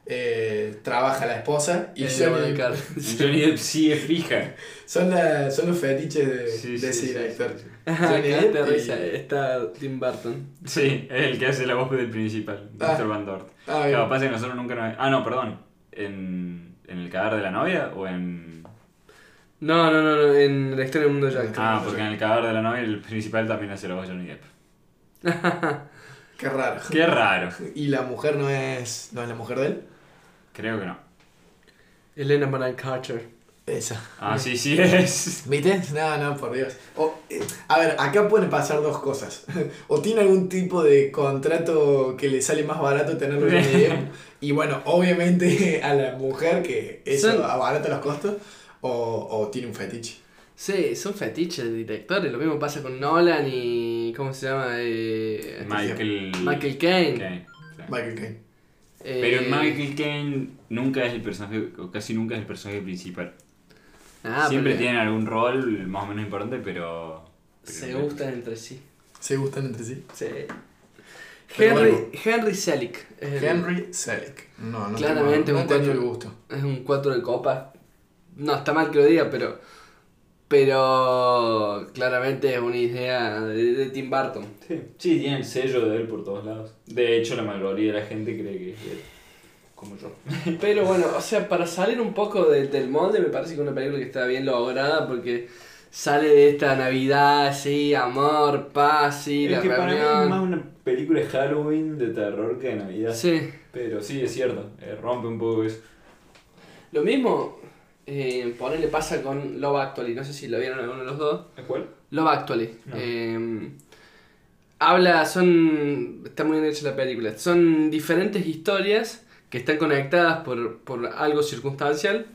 Speaker 3: eh, trabaja la esposa y
Speaker 2: Eh,
Speaker 3: son,
Speaker 2: bueno, claro.
Speaker 1: Johnny Depp sí es fija.
Speaker 3: son, la- son los fetiches de, de ese director.
Speaker 1: sí.
Speaker 2: Ajá,
Speaker 3: Johnny
Speaker 2: cagaste
Speaker 3: Depp
Speaker 2: de risa,
Speaker 3: y-
Speaker 2: Está Tim Burton.
Speaker 1: Sí, es el que hace la voz del principal,
Speaker 3: Ah.
Speaker 1: Mr. Van Dort.
Speaker 3: Ah, bien.
Speaker 1: Claro, pasa que nosotros nunca nos... Ah, no, perdón. ¿En, en el cadáver de la novia o en...?
Speaker 2: No, no, no, no, en la historia del mundo de Jack.
Speaker 1: Ah, porque en el cadáver de la novia el principal también hace la voz de Johnny Depp.
Speaker 3: Qué raro.
Speaker 1: Qué raro.
Speaker 3: ¿Y la mujer no es, no es la mujer de él?
Speaker 1: Creo que no.
Speaker 2: Elena Bonham Carter.
Speaker 3: Esa.
Speaker 1: Ah, sí, sí
Speaker 3: Este
Speaker 1: es.
Speaker 3: ¿Viste? No, no, por Dios. O, eh, a ver, acá pueden pasar dos cosas. O tiene algún tipo de contrato que le sale más barato tenerlo en IBM, Y bueno, obviamente a la mujer que eso
Speaker 2: Son-
Speaker 3: abarata los costos. O, o tiene un fetiche.
Speaker 2: Sí, son fetiches de directores. Lo mismo pasa con Nolan y. ¿Cómo se llama? Eh,
Speaker 1: Michael...
Speaker 2: Michael Caine.
Speaker 1: Caine, sí.
Speaker 3: Michael Caine.
Speaker 2: Eh,
Speaker 1: Pero Michael Caine nunca es el personaje, o casi nunca es el personaje principal.
Speaker 2: ah,
Speaker 1: Siempre
Speaker 2: porque
Speaker 1: tienen algún rol más o menos importante, pero... pero
Speaker 2: Se
Speaker 1: no.
Speaker 2: gustan entre sí.
Speaker 3: Se gustan entre sí.
Speaker 2: Sí.
Speaker 3: Pero
Speaker 2: Henry,
Speaker 3: bueno.
Speaker 2: Henry Selick. Es, el-
Speaker 3: Henry Selick. No, no
Speaker 2: Claramente
Speaker 3: tengo,
Speaker 2: un
Speaker 3: no tengo
Speaker 2: cuatro.
Speaker 3: el gusto.
Speaker 2: es un 4 de copa. No, está mal que lo diga, pero. Pero. Claramente es una idea de, de Tim Burton.
Speaker 1: Sí, sí, tiene el sello de él por todos lados. De hecho, la mayoría de la gente cree que es él. Como yo.
Speaker 2: Pero bueno, o sea, para salir un poco de- del molde, me parece que es una película que está bien lograda porque sale de esta Navidad, sí, amor, paz, sí,
Speaker 1: es
Speaker 2: la
Speaker 1: que para mí es más
Speaker 2: reunión.
Speaker 1: una película de Halloween de terror que de Navidad.
Speaker 2: Sí,
Speaker 1: Pero sí, es cierto. eh, rompe un poco eso.
Speaker 2: lo mismo, eh, ponerle pasa con Love Actually, no sé si lo vieron alguno de los dos.
Speaker 1: ¿Cuál?
Speaker 2: Love Actually.
Speaker 1: No.
Speaker 2: eh, habla, son. Está muy bien hecha la película. Son diferentes historias que están conectadas por, por algo circunstancial.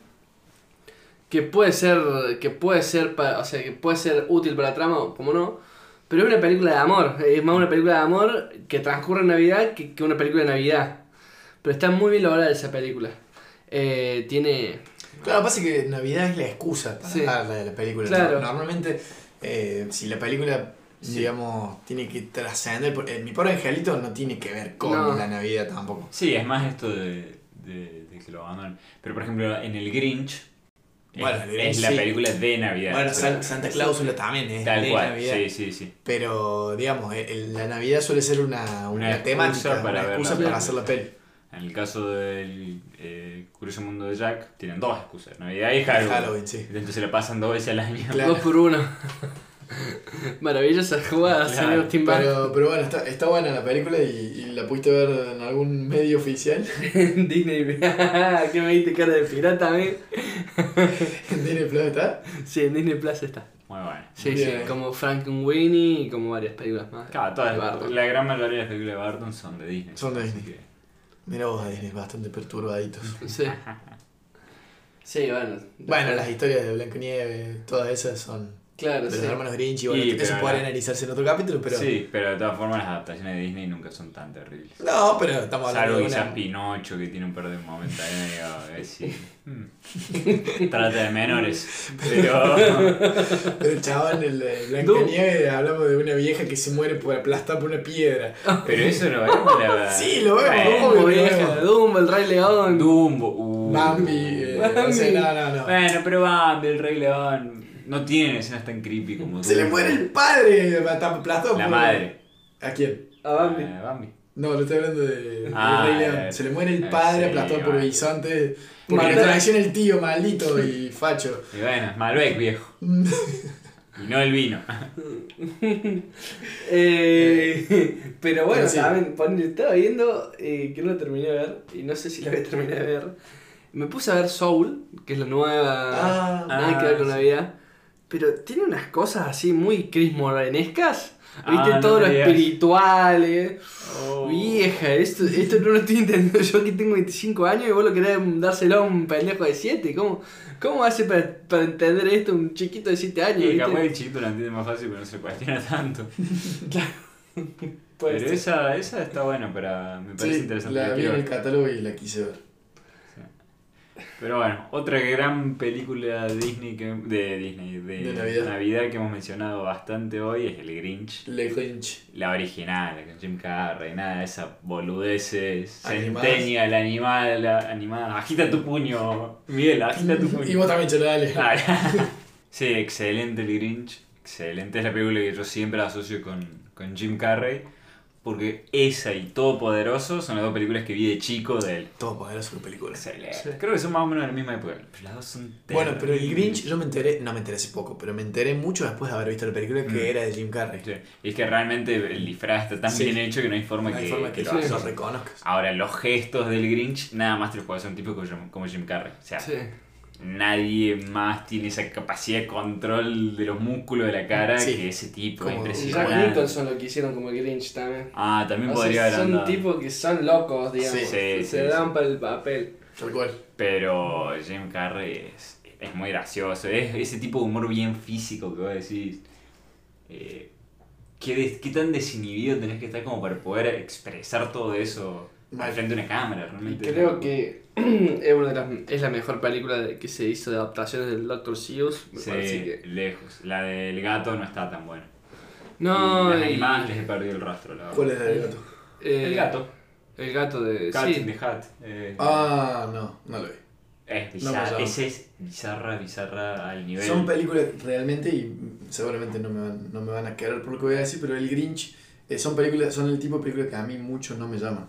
Speaker 2: Que puede ser. Que puede ser. pa- o sea, que puede ser útil para la trama, o como no. Pero es una película de amor. Es más una película de amor que transcurre en Navidad que, que una película de Navidad. Pero está muy bien lograda esa película. Eh, tiene.
Speaker 3: Claro, pasa que Navidad es la excusa para
Speaker 2: Sí.
Speaker 3: hablar de la película.
Speaker 2: Claro.
Speaker 3: Normalmente, eh, si la película,
Speaker 1: Sí.
Speaker 3: digamos, tiene que trascender. por- eh, mi pobre angelito no tiene que ver con
Speaker 2: No.
Speaker 3: la Navidad tampoco.
Speaker 1: Sí, es más esto de, de- de que lo abandonan. Pero por ejemplo, en El Grinch. es-
Speaker 3: Bueno, El Grinch,
Speaker 1: es la
Speaker 3: sí.
Speaker 1: película de Navidad.
Speaker 3: Bueno,
Speaker 1: Pero-
Speaker 3: San- Santa Clausula también es
Speaker 1: Tal
Speaker 3: de
Speaker 1: cual,
Speaker 3: Navidad.
Speaker 1: sí, sí, sí.
Speaker 3: Pero, digamos, eh, el- la Navidad suele ser una, una,
Speaker 1: Una excusa
Speaker 3: temática,
Speaker 1: para ver
Speaker 3: una
Speaker 1: la
Speaker 3: excusa
Speaker 1: película.
Speaker 3: para hacer la peli.
Speaker 1: En el caso del eh, Curioso Mundo de Jack, tienen dos excusas: Navidad y Halloween.
Speaker 3: Halloween, sí.
Speaker 1: Entonces la pasan dos veces al año.
Speaker 3: Claro.
Speaker 2: Dos por uno. Maravillosa jugada,
Speaker 1: Claro,
Speaker 2: señor Tim Burton.
Speaker 3: Pero, pero bueno, está, está buena la película y, y la pudiste ver en algún medio oficial.
Speaker 2: Disney, que me diste cara de pirata a mí.
Speaker 3: en Disney Plus está.
Speaker 2: Sí, en Disney Plus está.
Speaker 1: Muy bueno.
Speaker 2: Sí,
Speaker 3: Bien.
Speaker 2: sí, como Frankenweenie y como varias películas más.
Speaker 1: Claro, todas,
Speaker 2: De Barton.
Speaker 1: la gran mayoría de las películas de Barton son de Disney.
Speaker 3: Son de
Speaker 1: así
Speaker 3: Disney.
Speaker 1: que-
Speaker 3: Mira vos a Disney, bastante perturbaditos.
Speaker 2: Sí. Sí, bueno.
Speaker 3: Bueno, las historias de Blancanieves, todas esas son
Speaker 2: Claro,
Speaker 3: de los
Speaker 2: sí.
Speaker 3: hermanos Grinch y bueno,
Speaker 1: Y,
Speaker 3: eso
Speaker 1: pero
Speaker 3: podría
Speaker 1: la-
Speaker 3: analizarse en otro capítulo, pero.
Speaker 1: Sí, pero de todas formas las adaptaciones de Disney nunca son tan terribles.
Speaker 3: No, pero estamos hablando
Speaker 1: Salvo
Speaker 3: de
Speaker 1: quizás
Speaker 3: una-
Speaker 1: Pinocho que tiene un par de momentos ahí medio, a ver si- Hmm. Trata de menores. Pero.
Speaker 3: Pero el chabón, el de Blancanieves, hablamos de una vieja que se muere por aplastar por una piedra.
Speaker 1: Pero eso lo vemos la verdad.
Speaker 3: Sí, lo vemos,
Speaker 1: Bueno,
Speaker 3: obvio.
Speaker 2: Dumbo, vieja, Dumbo, el Rey León.
Speaker 1: Dumbo. uh.
Speaker 3: Bambi, eh, no sé, no, no, no.
Speaker 1: Bueno, pero Bambi, el Rey León. No tienen escenas tan creepy como
Speaker 3: Se le
Speaker 1: Dumbo.
Speaker 3: muere el padre, está aplastado
Speaker 1: La
Speaker 3: por-
Speaker 1: madre.
Speaker 3: ¿A quién?
Speaker 2: A Bambi.
Speaker 1: Eh, Bambi.
Speaker 3: No, lo estoy hablando de,
Speaker 1: Ah,
Speaker 3: de Rey León.
Speaker 1: eh,
Speaker 3: Se le muere
Speaker 1: eh,
Speaker 3: el padre
Speaker 1: sí,
Speaker 3: aplastado por
Speaker 1: vale.
Speaker 3: bisontes. Porque le
Speaker 2: Maldad.
Speaker 3: traiciona el tío maldito y facho.
Speaker 1: Y bueno, Malbec viejo. Y no el vino.
Speaker 2: Eh, pero bueno,
Speaker 3: Pero sí.
Speaker 2: saben, pon- estaba viendo eh, que no la terminé de ver, y no sé si la voy a terminar de ver. Me puse a ver Soul, que es la nueva.
Speaker 3: Ah,
Speaker 2: nada que ver con
Speaker 1: ah,
Speaker 2: la vida. Pero tiene unas cosas así muy Chris Moranescas. Viste
Speaker 1: Ah, no
Speaker 2: todo
Speaker 1: me
Speaker 2: lo
Speaker 1: digas.
Speaker 2: espiritual. eh.
Speaker 1: Oh.
Speaker 2: Vieja, esto, esto no lo estoy entendiendo yo que tengo 25 años y vos lo querés dárselo a un pendejo de 7. ¿Cómo, cómo hace para, para entender esto un chiquito de 7 años?
Speaker 1: Y
Speaker 2: viste?
Speaker 1: capaz el chiquito lo entiende más fácil, pero no se cuestiona tanto.
Speaker 2: Puede
Speaker 1: pero
Speaker 2: ser.
Speaker 1: esa, esa está buena, para, me parece
Speaker 3: Sí,
Speaker 1: interesante.
Speaker 3: la
Speaker 1: la
Speaker 3: vi
Speaker 1: quiero
Speaker 3: en el
Speaker 1: ver.
Speaker 3: catálogo y la quise ver.
Speaker 1: Pero bueno, otra gran película de Disney, que, de, Disney de,
Speaker 3: De Navidad.
Speaker 1: que hemos mencionado bastante hoy es El Grinch.
Speaker 3: Le Grinch.
Speaker 1: La original, la con Jim Carrey, nada, de esa boludeces,
Speaker 3: Animadas.
Speaker 1: centenia, la animada, la animada. Agita tu puño, Miguel, agita tu
Speaker 3: Y
Speaker 1: puño.
Speaker 3: vos también, chelo, dale.
Speaker 1: Ah, sí, excelente el Grinch. Excelente. Es la película que yo siempre asocio con, con Jim Carrey. Porque esa y Todopoderoso son las dos películas que vi de chico de él.
Speaker 3: Todo poderoso la película.
Speaker 1: Excelente.
Speaker 2: Sí.
Speaker 1: Creo que son más o menos de la misma época. Pero las dos son
Speaker 3: Bueno, pero el
Speaker 1: terribles.
Speaker 3: Grinch yo me enteré, no me enteré hace poco, pero me enteré mucho después de haber visto la película que
Speaker 1: Mm.
Speaker 3: era de Jim Carrey.
Speaker 1: Sí, Y es que realmente el disfraz está tan
Speaker 3: Sí.
Speaker 1: bien hecho que no hay forma,
Speaker 3: No hay
Speaker 1: que,
Speaker 3: forma
Speaker 1: que
Speaker 3: que,
Speaker 1: lo
Speaker 3: lo,
Speaker 1: asocies.
Speaker 3: lo reconozcas.
Speaker 1: Ahora, los gestos del Grinch, nada más te lo puede hacer un tipo como Jim- como Jim Carrey. O sea,
Speaker 2: Sí.
Speaker 1: nadie más tiene esa capacidad de control de los músculos de la cara
Speaker 3: Sí.
Speaker 1: que ese tipo.
Speaker 3: Como-
Speaker 2: Y
Speaker 1: Impresionante.
Speaker 2: Jack Nicholson lo que hicieron como Grinch también.
Speaker 1: Ah, también
Speaker 2: O sea,
Speaker 1: podría haber
Speaker 2: son
Speaker 1: andado.
Speaker 2: tipos que son locos, digamos.
Speaker 3: Sí,
Speaker 1: sí,
Speaker 2: se
Speaker 1: sí,
Speaker 2: dan para el papel.
Speaker 3: Tal cual.
Speaker 1: Pero Jim Carrey es, es muy gracioso. Es ese tipo de humor bien físico que vos decís. eh, ¿qué, des- qué tan desinhibido tenés que estar como para poder expresar todo eso
Speaker 3: Mal.
Speaker 1: frente a una cámara?
Speaker 2: Y
Speaker 1: Realmente
Speaker 2: creo que es, una de las, es la mejor película de- que se hizo de adaptaciones del Dr. Seuss. Me
Speaker 1: Sí,
Speaker 2: parece que.
Speaker 1: lejos. La del gato no está tan buena.
Speaker 2: No,
Speaker 1: Y las
Speaker 2: y-
Speaker 1: animadas les he perdido el rastro, la verdad.
Speaker 3: ¿Cuál es la del gato?
Speaker 2: eh,
Speaker 1: El gato.
Speaker 2: El gato de.
Speaker 1: Cat
Speaker 2: sí.
Speaker 1: in the Hat. eh,
Speaker 3: Ah, no, no lo vi.
Speaker 1: es
Speaker 3: no me
Speaker 1: bizarra.
Speaker 3: llama.
Speaker 1: esa es bizarra, bizarra al nivel.
Speaker 3: Son películas realmente, y seguramente no me, van, no me van a querer por lo que voy a decir, pero el Grinch eh, son películas, son el tipo de películas que a mí mucho no me llaman.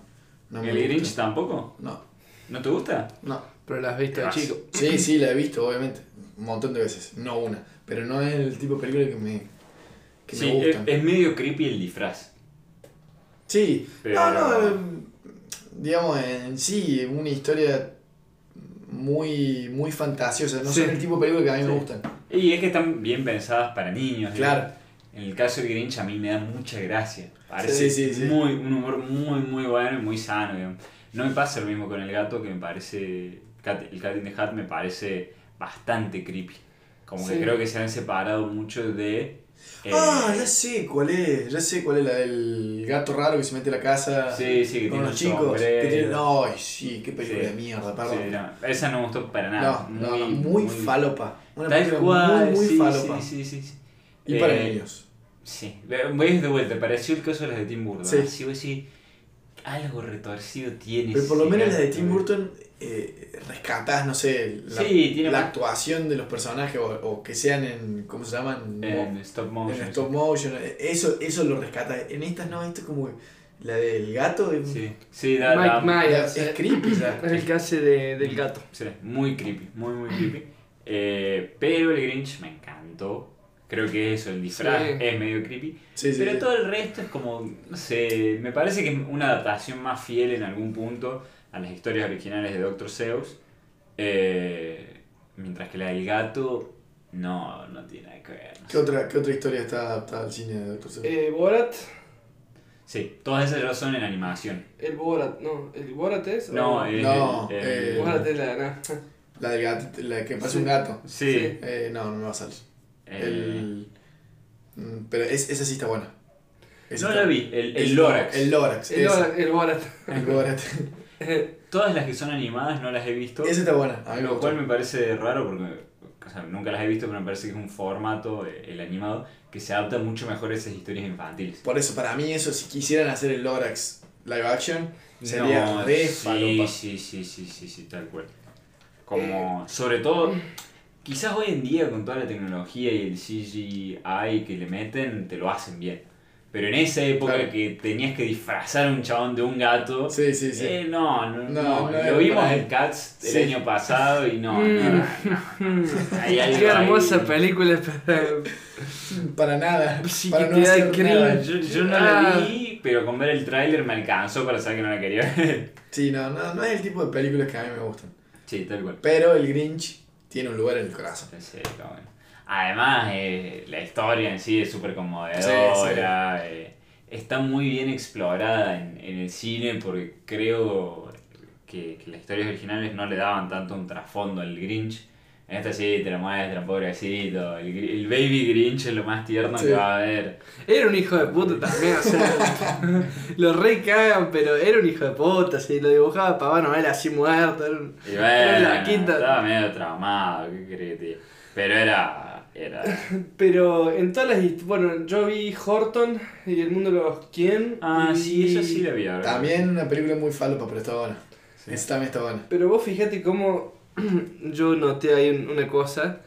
Speaker 3: No me
Speaker 1: ¿El
Speaker 3: gustan.
Speaker 1: Grinch tampoco?
Speaker 3: No,
Speaker 1: ¿No te gusta?
Speaker 3: no.
Speaker 2: Pero las viste de
Speaker 1: Vas.
Speaker 2: chico.
Speaker 3: Sí, sí, la he visto, obviamente. Un montón de veces, no una. Pero no es el tipo de película que me, que
Speaker 1: Sí, eh,
Speaker 3: me
Speaker 1: es,
Speaker 3: gustan.
Speaker 1: es medio creepy el disfraz.
Speaker 3: Sí,
Speaker 1: Pero-
Speaker 3: no, no, eh, digamos, en sí, una historia muy, muy fantasiosa. No
Speaker 2: Sí.
Speaker 3: son el tipo de película que a mí
Speaker 1: Sí.
Speaker 3: me gustan.
Speaker 1: Y es que están bien pensadas para niños. ¿eh?
Speaker 3: Claro.
Speaker 1: En el caso de Grinch a mí me da mucha gracia. Parece
Speaker 3: Sí, sí, sí.
Speaker 1: Muy, un humor muy, muy bueno y muy sano. digamos. No me pasa lo mismo con el gato que me parece... Cat- el Cat in the Hat me parece bastante creepy. Como
Speaker 2: Sí.
Speaker 1: que creo que se han separado mucho de... eh,
Speaker 3: Ah, ya sé cuál es, ya sé cuál es la del gato raro que se mete a la casa
Speaker 1: Sí, sí, que
Speaker 3: con
Speaker 1: tiene
Speaker 3: los
Speaker 1: un
Speaker 3: chicos. que
Speaker 1: sombrero.
Speaker 3: tiene- No, ay, sí, qué película
Speaker 1: Sí.
Speaker 3: de mierda,
Speaker 1: sí,
Speaker 3: perdón.
Speaker 1: no, esa no me gustó para nada.
Speaker 3: no, no, no, muy, falopa. Una
Speaker 1: Tal
Speaker 3: película
Speaker 1: cual,
Speaker 3: muy, muy
Speaker 1: sí,
Speaker 3: falopa.
Speaker 1: sí, sí, sí, sí.
Speaker 3: Y para
Speaker 1: Eh,
Speaker 3: niños.
Speaker 1: Sí, ves de vuelta, pareció el caso de las de Tim Burton.
Speaker 3: Sí.
Speaker 1: Sí, sí, sí algo retorcido tiene.
Speaker 3: Pero por lo
Speaker 1: ese
Speaker 3: menos las de
Speaker 1: gato,
Speaker 3: Tim
Speaker 1: eh.
Speaker 3: Burton eh, rescatás, no sé, la,
Speaker 1: Sí, tiene
Speaker 3: la
Speaker 1: más-
Speaker 3: actuación de los personajes o, o que sean en, ¿cómo se llaman?
Speaker 1: En stop
Speaker 3: Mo-
Speaker 1: motion.
Speaker 3: en stop motion. Eso, eso lo rescata. En estas no, esto es como la del gato. es-
Speaker 1: Sí, Ah, sí, da, da-
Speaker 2: Mike Myers.
Speaker 3: es creepy ya.
Speaker 2: Es el que hace de, del gato.
Speaker 1: sí, muy creepy, muy, muy creepy. Eh, pero el Grinch me encantó. Creo que eso, el disfraz
Speaker 2: Sí.
Speaker 1: es medio creepy.
Speaker 3: Sí, sí, sí.
Speaker 1: Pero todo el resto es como, no sé, me parece que es una adaptación más fiel en algún punto a las historias originales de Dr. Seuss. eh, mientras que la del gato, no, no tiene nada que ver. no
Speaker 3: ¿Qué otra, ¿Qué otra historia está adaptada al cine de Doctor Seuss?
Speaker 2: Eh, Borat.
Speaker 1: Sí, todas esas ya son en animación.
Speaker 2: El Borat, no. ¿El Borat es?
Speaker 1: No,
Speaker 2: el.
Speaker 1: es
Speaker 3: No,
Speaker 1: el-
Speaker 3: eh,
Speaker 1: el-
Speaker 2: Borat es la. no.
Speaker 3: La del gato, la que parece
Speaker 2: Sí.
Speaker 3: un gato.
Speaker 1: sí.
Speaker 2: sí.
Speaker 3: Eh, no, no me va a salir. El... Mm, Pero es- esa sí está buena.
Speaker 1: Eh,
Speaker 3: Esa
Speaker 1: no
Speaker 3: está-
Speaker 1: la vi, el, el Lorax.
Speaker 3: El Lorax.
Speaker 2: El,
Speaker 3: esa.
Speaker 2: Borat- el Borat.
Speaker 3: El Borat.
Speaker 1: Todas las que son animadas no las he visto.
Speaker 3: esa está buena. A mí me
Speaker 1: Lo
Speaker 3: gustó.
Speaker 1: cual me parece raro porque o sea, nunca las he visto, pero me parece que es un formato, eh, el animado, que se adapta mucho mejor a esas historias infantiles.
Speaker 3: Por eso, para mí eso, si quisieran hacer el Lorax live action, sería
Speaker 1: No,
Speaker 3: re
Speaker 1: sí,
Speaker 3: falopa.
Speaker 1: sí, sí, sí, sí, sí, tal cual. Como, sobre todo, quizás hoy en día con toda la tecnología y el CGI que le meten, te lo hacen bien. Pero en esa época
Speaker 3: Claro.
Speaker 1: que tenías que disfrazar a un chabón de un gato,
Speaker 3: Sí, sí, sí.
Speaker 1: eh, no, no,
Speaker 3: No,
Speaker 1: no,
Speaker 3: no
Speaker 1: lo
Speaker 3: era
Speaker 1: vimos
Speaker 3: para
Speaker 1: en
Speaker 3: él.
Speaker 1: Cats el
Speaker 3: Sí.
Speaker 1: año pasado y no, no,
Speaker 2: Mm.
Speaker 1: no, no. Hay algo
Speaker 2: Qué hermosa
Speaker 1: ahí.
Speaker 2: película para.
Speaker 3: Para nada.
Speaker 2: Sí,
Speaker 3: para
Speaker 2: que
Speaker 3: no
Speaker 2: te da
Speaker 3: hacer
Speaker 2: cringe.
Speaker 3: nada.
Speaker 1: Yo, yo no la vi, pero con ver el tráiler me alcanzó para saber que no la quería ver.
Speaker 3: Sí, no, no, no es el tipo de películas que a mí me gustan.
Speaker 1: Sí, tal cual.
Speaker 3: Pero el Grinch tiene un lugar en el corazón.
Speaker 1: Sí, está bueno. Además, eh, la historia en sí es súper conmovedora.
Speaker 3: Sí,
Speaker 1: eh, está muy bien explorada en, en el cine porque creo que, que las historias originales no le daban tanto un trasfondo al Grinch. En esta sí te lo muestran, pobrecito. El, gr- el baby Grinch es lo más tierno
Speaker 3: Sí.
Speaker 1: que va a haber.
Speaker 2: Era un hijo de puta también, o sea. lo re cagan, pero era un hijo de puta, sí, lo dibujaba Papá Noel así muerto. era un-
Speaker 1: Y
Speaker 2: Era
Speaker 1: bueno,
Speaker 2: la quinta.
Speaker 1: estaba medio traumado, ¿qué crees, tío? Pero era... era...
Speaker 2: Pero en todas las. hist- Bueno, yo vi Horton y El Mundo de los Quién.
Speaker 1: Ah,
Speaker 2: y-
Speaker 1: sí, eso sí la vi ahora.
Speaker 3: También una película muy falopa, pero está buena. Esa también está buena.
Speaker 2: Pero vos fijate cómo yo noté ahí un- una cosa,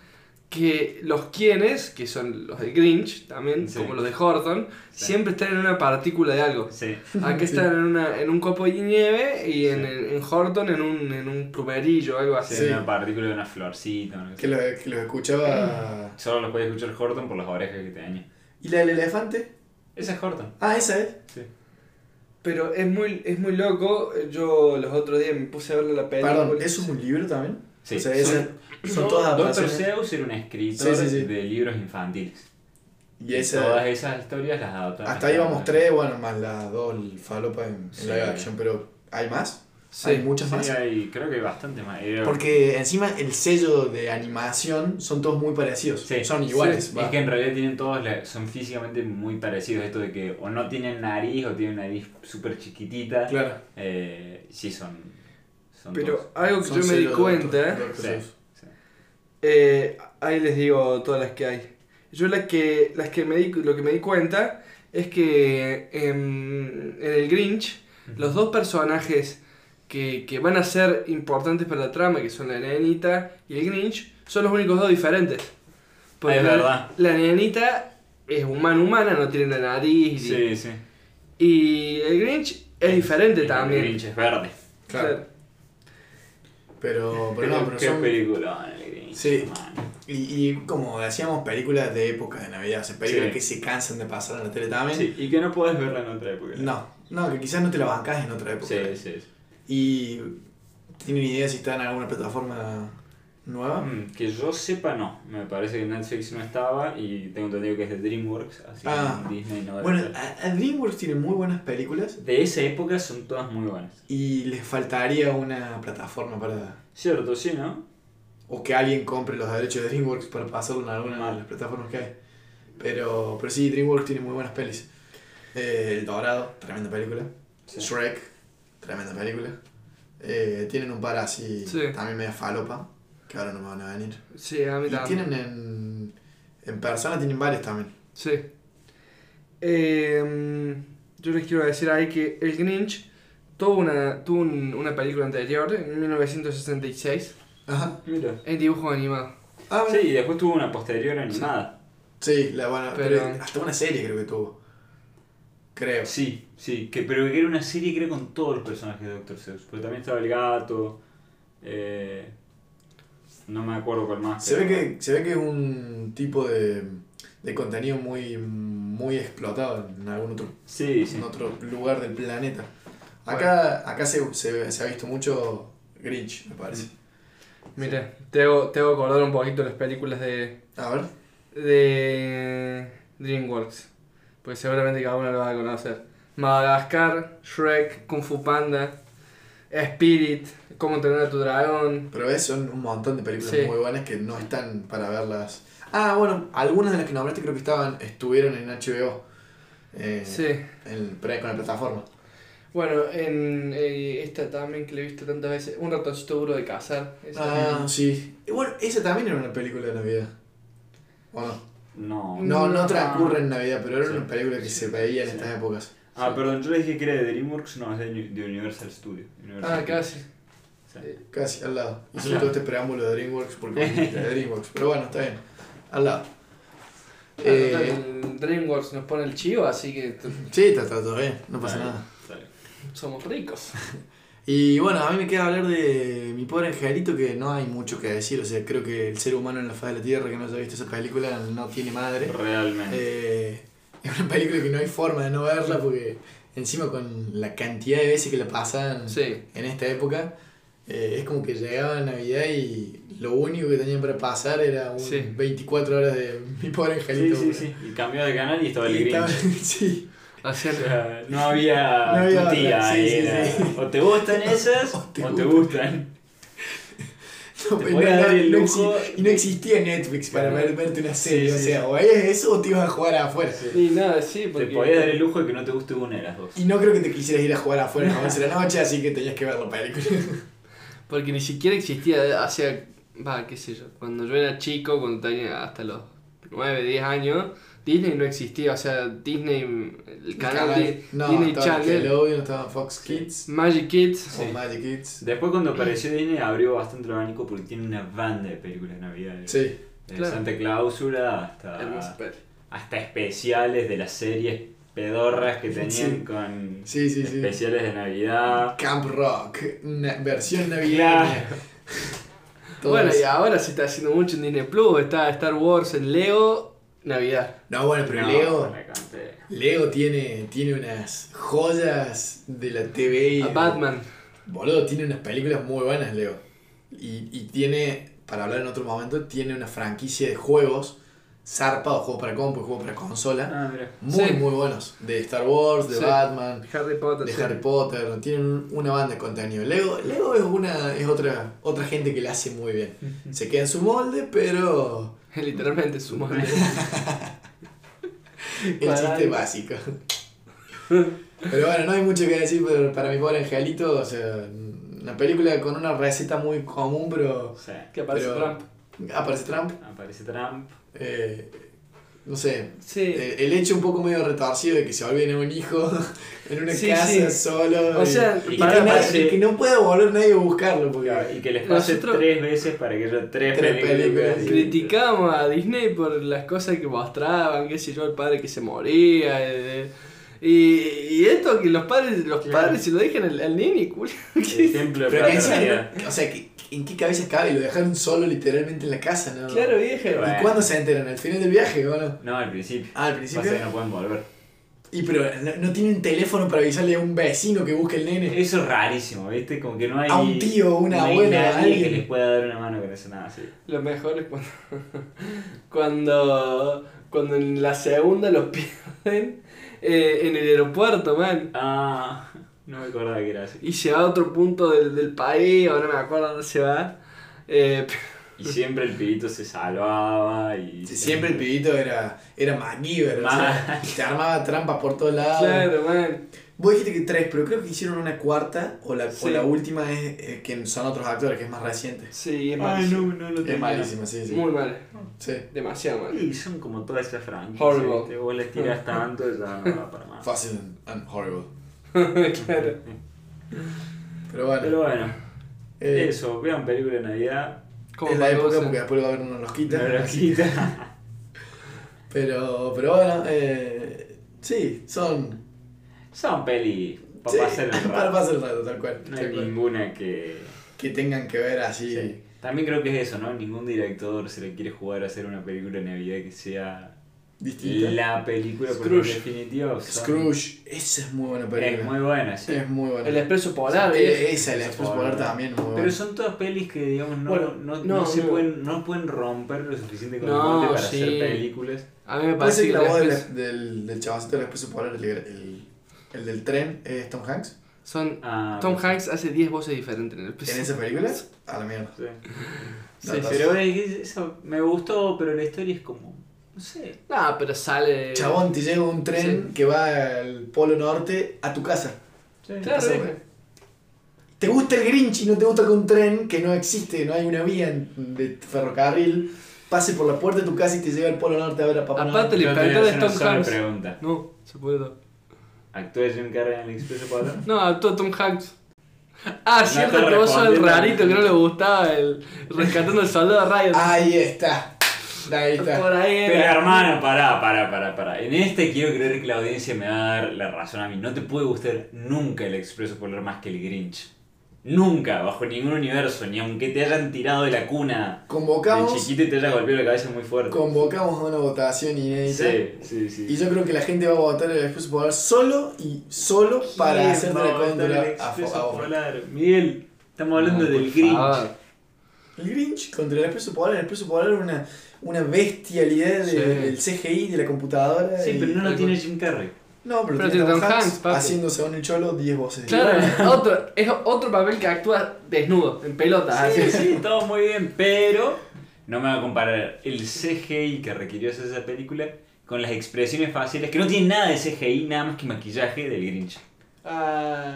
Speaker 2: que los quienes, que son los de Grinch también,
Speaker 1: Sí.
Speaker 2: como los de Horton,
Speaker 1: Sí.
Speaker 2: siempre están en una partícula de algo.
Speaker 1: Sí.
Speaker 2: Aquí
Speaker 3: Sí.
Speaker 2: están en, una, en un copo de nieve y en,
Speaker 1: Sí.
Speaker 2: el- en Horton en un, en un plumerillo o algo así.
Speaker 1: Sí,
Speaker 3: Sí.
Speaker 1: una partícula de una florcita. no sé.
Speaker 3: Que los que los escuchaba.
Speaker 1: Solo los podía escuchar Horton por las orejas que tenía.
Speaker 3: ¿Y la del elefante?
Speaker 1: Ese es Horton.
Speaker 3: Ah, esa es.
Speaker 1: Sí.
Speaker 2: Pero es muy, es muy loco, eh, yo los otros días me puse a verle la película.
Speaker 3: Perdón, ¿eso es un libro también?
Speaker 1: Sí.
Speaker 3: O sea, esa- son, todas
Speaker 1: Doctor
Speaker 3: adaptaciones.
Speaker 1: Seuss era un escritor
Speaker 3: Sí, sí, sí.
Speaker 1: de libros infantiles.
Speaker 3: Y
Speaker 1: Todas
Speaker 3: esa.
Speaker 1: esas historias las adaptaron.
Speaker 3: Hasta ahí vamos tres, bueno, más las dos falopa en, en
Speaker 1: Sí.
Speaker 3: live action, pero ¿hay más?
Speaker 2: Sí.
Speaker 3: ¿Hay muchas más?
Speaker 1: Sí, hay- creo que hay bastante más. Eh, Era-
Speaker 3: Porque encima el sello de animación son todos muy parecidos.
Speaker 1: Sí.
Speaker 3: Son iguales.
Speaker 1: Es
Speaker 3: va.
Speaker 1: que en realidad tienen todos, la- son físicamente muy parecidos. Esto de que o no tienen nariz o tienen nariz súper chiquitita.
Speaker 3: Claro.
Speaker 1: Eh, sí, son. son
Speaker 2: Pero
Speaker 1: todos.
Speaker 2: algo que
Speaker 3: Son
Speaker 2: yo me di
Speaker 3: sellos de
Speaker 2: cuenta...
Speaker 3: Doctor- Doctor
Speaker 1: Sí.
Speaker 3: Seuss.
Speaker 1: Sí.
Speaker 2: Eh, ahí les digo todas las que hay. Yo las que, las que me di, lo que me di cuenta es que em, en, el Grinch los dos personajes que, que van a ser importantes para la trama, que son la nenita y el Grinch, son los únicos dos diferentes.
Speaker 1: Ah, es
Speaker 2: la-
Speaker 1: verdad.
Speaker 2: La nenita es humana humana, no tiene la nariz.
Speaker 1: Sí, sí.
Speaker 2: Y el Grinch es diferente
Speaker 1: El
Speaker 2: también.
Speaker 1: Grinch es verde.
Speaker 3: Claro.
Speaker 2: O sea,
Speaker 3: Pero, pero no, pero
Speaker 1: qué
Speaker 3: son.
Speaker 1: película, el Grinch.
Speaker 3: Sí.
Speaker 1: man.
Speaker 3: Y, y como decíamos, películas de época de Navidad, o sea, películas
Speaker 1: Sí.
Speaker 3: que se cansan de pasar en la tele también.
Speaker 1: Sí, y que no podés verla en otra época.
Speaker 3: No, no, que quizás no te la bancás en otra época.
Speaker 1: Sí, sí. sí.
Speaker 3: Y. ¿Tienen idea si está en alguna plataforma nueva?
Speaker 1: Mm, Que yo sepa, no. Me parece que Netflix no estaba y tengo entendido que es de DreamWorks, así
Speaker 3: Ah.
Speaker 1: que Disney no debe
Speaker 3: Bueno,
Speaker 1: estar.
Speaker 3: a, a DreamWorks tiene muy buenas películas
Speaker 1: De esa época son todas muy buenas.
Speaker 3: y les faltaría una plataforma para.
Speaker 1: Cierto, sí, ¿no?
Speaker 3: O que alguien compre los derechos de DreamWorks para pasarlo en alguna de las plataformas que hay. Pero, pero sí, DreamWorks tiene muy buenas pelis. Eh, El Dorado, tremenda película. Shrek, tremenda película. Eh, tienen un par así,
Speaker 2: Sí.
Speaker 3: también media falopa, que ahora no me van a venir.
Speaker 2: sí, a mí
Speaker 3: Y
Speaker 2: también.
Speaker 3: tienen en, en persona, tienen varias también.
Speaker 2: Sí. Em, yo les quiero decir ahí que el Grinch tuvo una, tuvo un- una película anterior, en 1966,
Speaker 3: Ajá.
Speaker 1: Mira.
Speaker 2: en dibujo animado.
Speaker 3: Ah,
Speaker 1: Sí,
Speaker 3: bueno.
Speaker 1: y después tuvo una posterior animada.
Speaker 3: Sí, la buena.
Speaker 2: Pero-
Speaker 3: Pero, hasta una serie creo que tuvo. Creo.
Speaker 1: Sí, sí, que, pero que era una serie creo con todos los personajes de Doctor Seuss. Porque también estaba el gato. eh, no me acuerdo cuál más.
Speaker 3: Se ve,
Speaker 1: pero-
Speaker 3: que, se ve que es un tipo de, de contenido muy, muy explotado en algún otro,
Speaker 1: Sí, sí.
Speaker 3: en otro lugar del planeta. Acá, acá se, se, se ha visto mucho Grinch, me parece.
Speaker 2: Mira, te hago, te hago acordar un poquito las películas de,
Speaker 3: A ver.
Speaker 2: de DreamWorks, porque seguramente cada uno lo va a conocer. Madagascar, Shrek, Kung Fu Panda, Spirit, Cómo entrenar a tu dragón.
Speaker 3: Pero ves, son un montón de películas
Speaker 2: Sí.
Speaker 3: muy buenas que no están para verlas. Ah, bueno, algunas de las que nombraste creo que estaban, estuvieron en HBO. eh,
Speaker 2: Sí.
Speaker 3: el pre- con la plataforma.
Speaker 2: Bueno, en eh, esta también que la he visto tantas veces, Un ratoncito duro de cazar. esa
Speaker 3: Ah,
Speaker 2: también.
Speaker 3: sí. Y bueno, esa también era una película de Navidad. ¿O no?
Speaker 1: No.
Speaker 3: No, no
Speaker 2: No.
Speaker 3: transcurre en Navidad, pero era
Speaker 1: Ah. Sí.
Speaker 3: una película que se veía en
Speaker 1: Sí.
Speaker 3: estas épocas.
Speaker 1: Ah, perdón, yo le dije que era de DreamWorks, no, es de, Uni- de Universal Studios. Universal
Speaker 2: Ah, casi.
Speaker 1: Studios. Sí.
Speaker 3: Casi, al lado. Y
Speaker 1: Claro.
Speaker 3: todo este preámbulo de DreamWorks porque es de DreamWorks. Pero bueno, está bien. Al lado. Eh,
Speaker 2: Ah, total, el DreamWorks nos pone el chivo, así que t-
Speaker 3: sí, está, está todo bien, no pasa
Speaker 1: Dale,
Speaker 3: nada.
Speaker 1: dale.
Speaker 2: somos ricos.
Speaker 3: Y bueno, a mí me queda hablar de mi pobre angelito que no hay mucho que decir. O sea, creo que el ser humano en la faz de la Tierra que no haya visto esa película no tiene madre.
Speaker 1: Realmente.
Speaker 3: Eh, es una película que no hay forma de no verla porque encima con la cantidad de veces que la pasan
Speaker 2: Sí.
Speaker 3: en esta época, eh, es como que llegaba Navidad y lo único que tenían para pasar era un
Speaker 2: Sí.
Speaker 3: 24 horas de mi pobre
Speaker 1: sí,
Speaker 3: angelito.
Speaker 1: sí, sí. Y cambió de canal y estaba el
Speaker 3: eh. Y estaba-
Speaker 1: Grinch.
Speaker 3: sí.
Speaker 1: O
Speaker 2: Hacer
Speaker 1: sea, no había,
Speaker 3: No había
Speaker 1: tu tía.
Speaker 3: otra. Sí, sí,
Speaker 1: era,
Speaker 3: sí.
Speaker 1: O te gustan esas o te,
Speaker 3: te
Speaker 1: gustan.
Speaker 3: No,
Speaker 1: Te
Speaker 3: no,
Speaker 1: podía dar
Speaker 3: no,
Speaker 1: el
Speaker 3: no
Speaker 1: lujo.
Speaker 3: exi- y no existía Netflix para
Speaker 1: Claro.
Speaker 3: ver- verte una serie.
Speaker 1: Sí,
Speaker 3: o
Speaker 1: sí,
Speaker 3: sea,
Speaker 1: sí.
Speaker 3: o es eso o te ibas a jugar afuera.
Speaker 2: Y nada, sí,
Speaker 1: Te
Speaker 2: porque.
Speaker 1: podías dar el lujo de que no te guste una de las dos.
Speaker 3: Y no creo que te quisieras ir a jugar afuera a las 11 de la noche, así que tenías que ver la película.
Speaker 2: Porque ni siquiera existía, hacía, va, qué sé yo, cuando yo era chico, cuando tenía hasta los 9, 10 años, Disney no existía, o sea, Disney, el canal de
Speaker 3: no,
Speaker 2: Disney
Speaker 3: estaba
Speaker 2: Channel,
Speaker 3: Nickelodeon, estaba Fox Kids
Speaker 2: Magic Kids,
Speaker 1: Sí.
Speaker 3: o Magic Kids.
Speaker 1: Después cuando apareció Disney abrió bastante el abanico porque tiene una banda de películas de Navidad.
Speaker 3: Sí,
Speaker 1: Desde
Speaker 2: Claro.
Speaker 1: Santa Clausura
Speaker 2: hermosa
Speaker 1: hasta,
Speaker 2: peli.
Speaker 1: hasta especiales de las series pedorras que tenían
Speaker 3: Sí.
Speaker 1: con
Speaker 3: sí, sí, sí.
Speaker 1: especiales de Navidad.
Speaker 3: Camp Rock, una versión navideña. Todo
Speaker 2: Bueno,
Speaker 3: eso.
Speaker 2: y ahora se está haciendo mucho en Disney Plus, está Star Wars en Lego, Navidad.
Speaker 3: No, bueno, pero
Speaker 1: No,
Speaker 3: Leo,
Speaker 1: la canté.
Speaker 3: Leo tiene, tiene unas joyas de la TV. y-
Speaker 2: A Batman,
Speaker 3: Boludo, tiene unas películas muy buenas, Leo. Y, y tiene, para hablar en otro momento, tiene una franquicia de juegos zarpados, juegos para compu, y juegos para consola,
Speaker 1: Ah, mira.
Speaker 3: muy,
Speaker 2: Sí.
Speaker 3: muy buenos. De Star Wars, de
Speaker 2: Sí.
Speaker 3: Batman,
Speaker 2: Harry Potter,
Speaker 3: de
Speaker 2: sí.
Speaker 3: Harry Potter, tienen una banda de contenido. Lego, Lego es una es otra otra gente que la hace muy bien. Se queda en su molde, pero
Speaker 2: literalmente su madre.
Speaker 3: el
Speaker 2: Para
Speaker 3: chiste
Speaker 2: algo.
Speaker 3: básico. Pero bueno, no hay mucho que decir pero para mi pobre angelito, o sea, una película con una receta muy común, pero
Speaker 1: O sea,
Speaker 2: que aparece
Speaker 3: Pero-
Speaker 2: Trump.
Speaker 3: aparece Trump,
Speaker 1: aparece Trump.
Speaker 3: eh, no sé,
Speaker 2: Sí.
Speaker 3: eh, el hecho un poco medio retorcido de que se olviden a un hijo en una
Speaker 2: Sí,
Speaker 3: casa
Speaker 2: sí.
Speaker 3: solo.
Speaker 2: o
Speaker 3: y-
Speaker 2: sea,
Speaker 1: y
Speaker 3: y
Speaker 2: para-
Speaker 3: que, nadie-
Speaker 1: parece-
Speaker 3: y que no pueda volver nadie a buscarlo, porque
Speaker 1: Y que les pase
Speaker 2: Nosotros-
Speaker 1: tres veces para que haya tres,
Speaker 3: Tres películas.
Speaker 1: películas. distintas.
Speaker 2: Criticamos a Disney por las cosas que mostraban, qué sé yo, el padre que se moría. eh, y, y esto que los padres, los
Speaker 1: Claro.
Speaker 2: padres se lo dejan al, al nene, culo.
Speaker 1: El templo de
Speaker 3: Pero que encima,
Speaker 1: fraternidad.
Speaker 3: o sea, que- ¿en qué cabeza cabe? Lo dejaron solo literalmente en la casa, ¿no?
Speaker 2: Claro, vieja.
Speaker 1: Bueno.
Speaker 3: ¿Y cuándo se enteran? ¿Al final del viaje o no?
Speaker 1: No, al principio.
Speaker 3: Ah, al
Speaker 1: Pasa que
Speaker 3: principio.
Speaker 1: no pueden volver.
Speaker 3: Y pero no, no tienen teléfono para avisarle a un vecino que busque el
Speaker 2: Eh.
Speaker 3: nene.
Speaker 1: Eso es rarísimo, ¿viste? Como que no hay.
Speaker 3: A un tío, una
Speaker 1: no hay
Speaker 3: abuela,
Speaker 1: nadie
Speaker 3: alguien.
Speaker 1: que les pueda dar una mano con eso, nada así.
Speaker 2: Lo mejor es cuando, cuando, cuando en la segunda los pierden eh, en el aeropuerto, man.
Speaker 1: Ah, no me acordaba que era así.
Speaker 2: Y se va a otro punto del, del país, ahora no me acuerdo dónde se va. Eh,
Speaker 1: Y siempre el pibito se salvaba y.
Speaker 3: Siempre el pibito era, era MacGyver, o sea, te armaba trampas por todos lados.
Speaker 2: claro, man.
Speaker 3: Vos dijiste que tres, pero creo que hicieron una cuarta o la, o
Speaker 2: Sí.
Speaker 3: la última es eh, que son otros actores, que es más reciente.
Speaker 2: Sí, es
Speaker 1: Ay,
Speaker 2: malísimo.
Speaker 1: no, no lo tenía.
Speaker 3: Es malísima, sí, sí.
Speaker 2: Muy mal.
Speaker 3: Sí.
Speaker 2: Demasiado mal.
Speaker 1: Y son como todas esas franquicias.
Speaker 2: Horrible.
Speaker 1: ¿viste? Vos les tiras tanto, ya no va para más.
Speaker 3: Fácil and horrible.
Speaker 2: claro.
Speaker 3: Pero bueno.
Speaker 1: Pero bueno,
Speaker 3: eh,
Speaker 1: eso, vean película de Navidad.
Speaker 2: Como eh,
Speaker 3: es la época
Speaker 2: Barbosa.
Speaker 3: porque después va a haber unos los quita.
Speaker 1: No lo quita.
Speaker 3: Pero, pero bueno, eh, sí, son.
Speaker 1: Son pelis para
Speaker 3: sí,
Speaker 1: pasar el
Speaker 3: Para
Speaker 1: rato.
Speaker 3: pasar el rato, tal cual.
Speaker 1: No
Speaker 3: tal
Speaker 1: hay
Speaker 3: cual.
Speaker 1: ninguna que.
Speaker 3: Que tengan que ver así.
Speaker 1: Sí. También creo que es eso, ¿no? Ningún director se le quiere jugar a hacer una película de Navidad que sea
Speaker 3: Distinta.
Speaker 1: la película, porque en
Speaker 2: Scrooge.
Speaker 1: definitiva son-
Speaker 3: Scrooge, esa es muy buena película.
Speaker 1: es muy buena, sí.
Speaker 3: Es muy buena.
Speaker 2: El expreso polar,
Speaker 3: Sí,
Speaker 2: viejo.
Speaker 3: Esa, el Express Polar también es muy buena.
Speaker 1: Pero son todas pelis que, digamos, no,
Speaker 2: Bueno,
Speaker 1: no, no,
Speaker 2: no,
Speaker 1: se
Speaker 2: no.
Speaker 1: pueden, no pueden romper lo suficiente con el
Speaker 2: No,
Speaker 1: molde para
Speaker 2: sí.
Speaker 1: hacer películas.
Speaker 2: A mí me
Speaker 3: Parece
Speaker 2: parece
Speaker 3: que la voz
Speaker 2: el
Speaker 3: del,
Speaker 2: Expreso-
Speaker 3: del, del chavacito del Expreso Polar, el, el, el del tren, es Tom Hanks.
Speaker 2: Son
Speaker 1: Ah,
Speaker 2: Tom
Speaker 1: pues,
Speaker 2: Hanks hace 10 voces diferentes en el
Speaker 3: ¿En
Speaker 2: episodio.
Speaker 3: esas películas? A la mierda.
Speaker 1: sí.
Speaker 2: Sí,
Speaker 3: Datazo.
Speaker 1: Pero es que eso me gustó, pero la historia es como. No sé.
Speaker 2: No, Ah, pero
Speaker 1: Eh,
Speaker 2: sale.
Speaker 3: Chabón, te llega un tren que va al Polo Norte a tu casa.
Speaker 1: Sí.
Speaker 2: Claro,
Speaker 3: Pasa,
Speaker 2: viejo.
Speaker 3: güey. Te gusta el Grinch y no te gusta que un tren que no existe, no hay una vía en- de ferrocarril pase por la puerta de tu casa y te lleva al Polo Norte a ver a Papá Noel.
Speaker 2: Aparte, el
Speaker 1: Yo te voy a
Speaker 2: inventor es
Speaker 1: hacer una
Speaker 2: Tom
Speaker 1: sola
Speaker 2: Hanks.
Speaker 1: pregunta.
Speaker 2: No, se puede todo.
Speaker 1: ¿Actúa Jim Carrey en el Expreso 4?
Speaker 2: No, actuó Tom Hanks. Ah,
Speaker 1: No
Speaker 2: cierto,
Speaker 1: te
Speaker 2: que vos sos el
Speaker 1: respondí,
Speaker 2: rarito que
Speaker 1: no.
Speaker 2: no le gustaba el rescatando el soldado Ryan.
Speaker 3: Ahí está. Ahí está.
Speaker 2: Por ahí
Speaker 1: Pero eh,
Speaker 2: era.
Speaker 1: hermano, pará, pará, pará, pará. En este quiero creer que la audiencia me va a dar la razón a mí. No te puede gustar nunca el Expreso Polar más que el Grinch. Nunca, bajo ningún universo, ni aunque te hayan tirado de la cuna de
Speaker 3: Convocamos,
Speaker 1: chiquito y te haya golpeado la cabeza muy fuerte.
Speaker 3: convocamos a una votación inédita.
Speaker 1: Sí, sí, sí.
Speaker 3: Y yo creo que la gente va a votar el Expreso Polar solo y solo para hacerte la contra a, fo- a
Speaker 1: Expreso
Speaker 3: vos.
Speaker 1: Polar. Miguel, estamos hablando
Speaker 2: No,
Speaker 1: del
Speaker 2: por
Speaker 1: Grinch.
Speaker 2: favor.
Speaker 3: El Grinch contra el Expreso Polar. El Expreso Polar era una, una bestialidad de-
Speaker 2: Sí.
Speaker 3: del CGI, de la computadora.
Speaker 1: Sí,
Speaker 3: y-
Speaker 1: pero no lo
Speaker 2: algo-
Speaker 1: tiene Jim Carrey.
Speaker 3: No, pero,
Speaker 2: Pero
Speaker 3: tiene
Speaker 2: tiene
Speaker 3: Tom
Speaker 2: Tom
Speaker 3: Hanks
Speaker 2: Hanks, papi.
Speaker 3: haciéndose un el cholo 10 voces.
Speaker 2: Claro, otro, es otro papel que actúa desnudo, en
Speaker 3: Ah,
Speaker 2: pelotas,
Speaker 1: Sí,
Speaker 2: así.
Speaker 1: sí, todo muy bien, pero no me va a comparar el CGI que requirió hacer esa película con las expresiones faciales que no tienen nada de CGI, nada más que maquillaje del Grinch.
Speaker 2: Ah,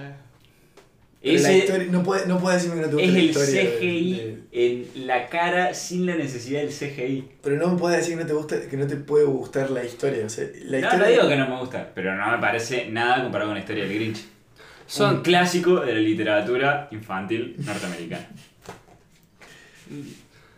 Speaker 3: Pero la
Speaker 1: Ese
Speaker 3: historia- no, puede, no puede decirme que no te gusta
Speaker 1: es
Speaker 3: la
Speaker 1: el
Speaker 3: historia. de-
Speaker 1: CGI
Speaker 3: de-
Speaker 1: en la cara sin la necesidad del CGI.
Speaker 3: pero no me puedes decir que no te gusta, que no te puede gustar la historia. O sea, la
Speaker 1: No,
Speaker 3: historia
Speaker 1: no digo que no me gusta, pero no me parece nada comparado con la historia del Grinch.
Speaker 2: Son-
Speaker 1: Un clásico de la literatura infantil norteamericana.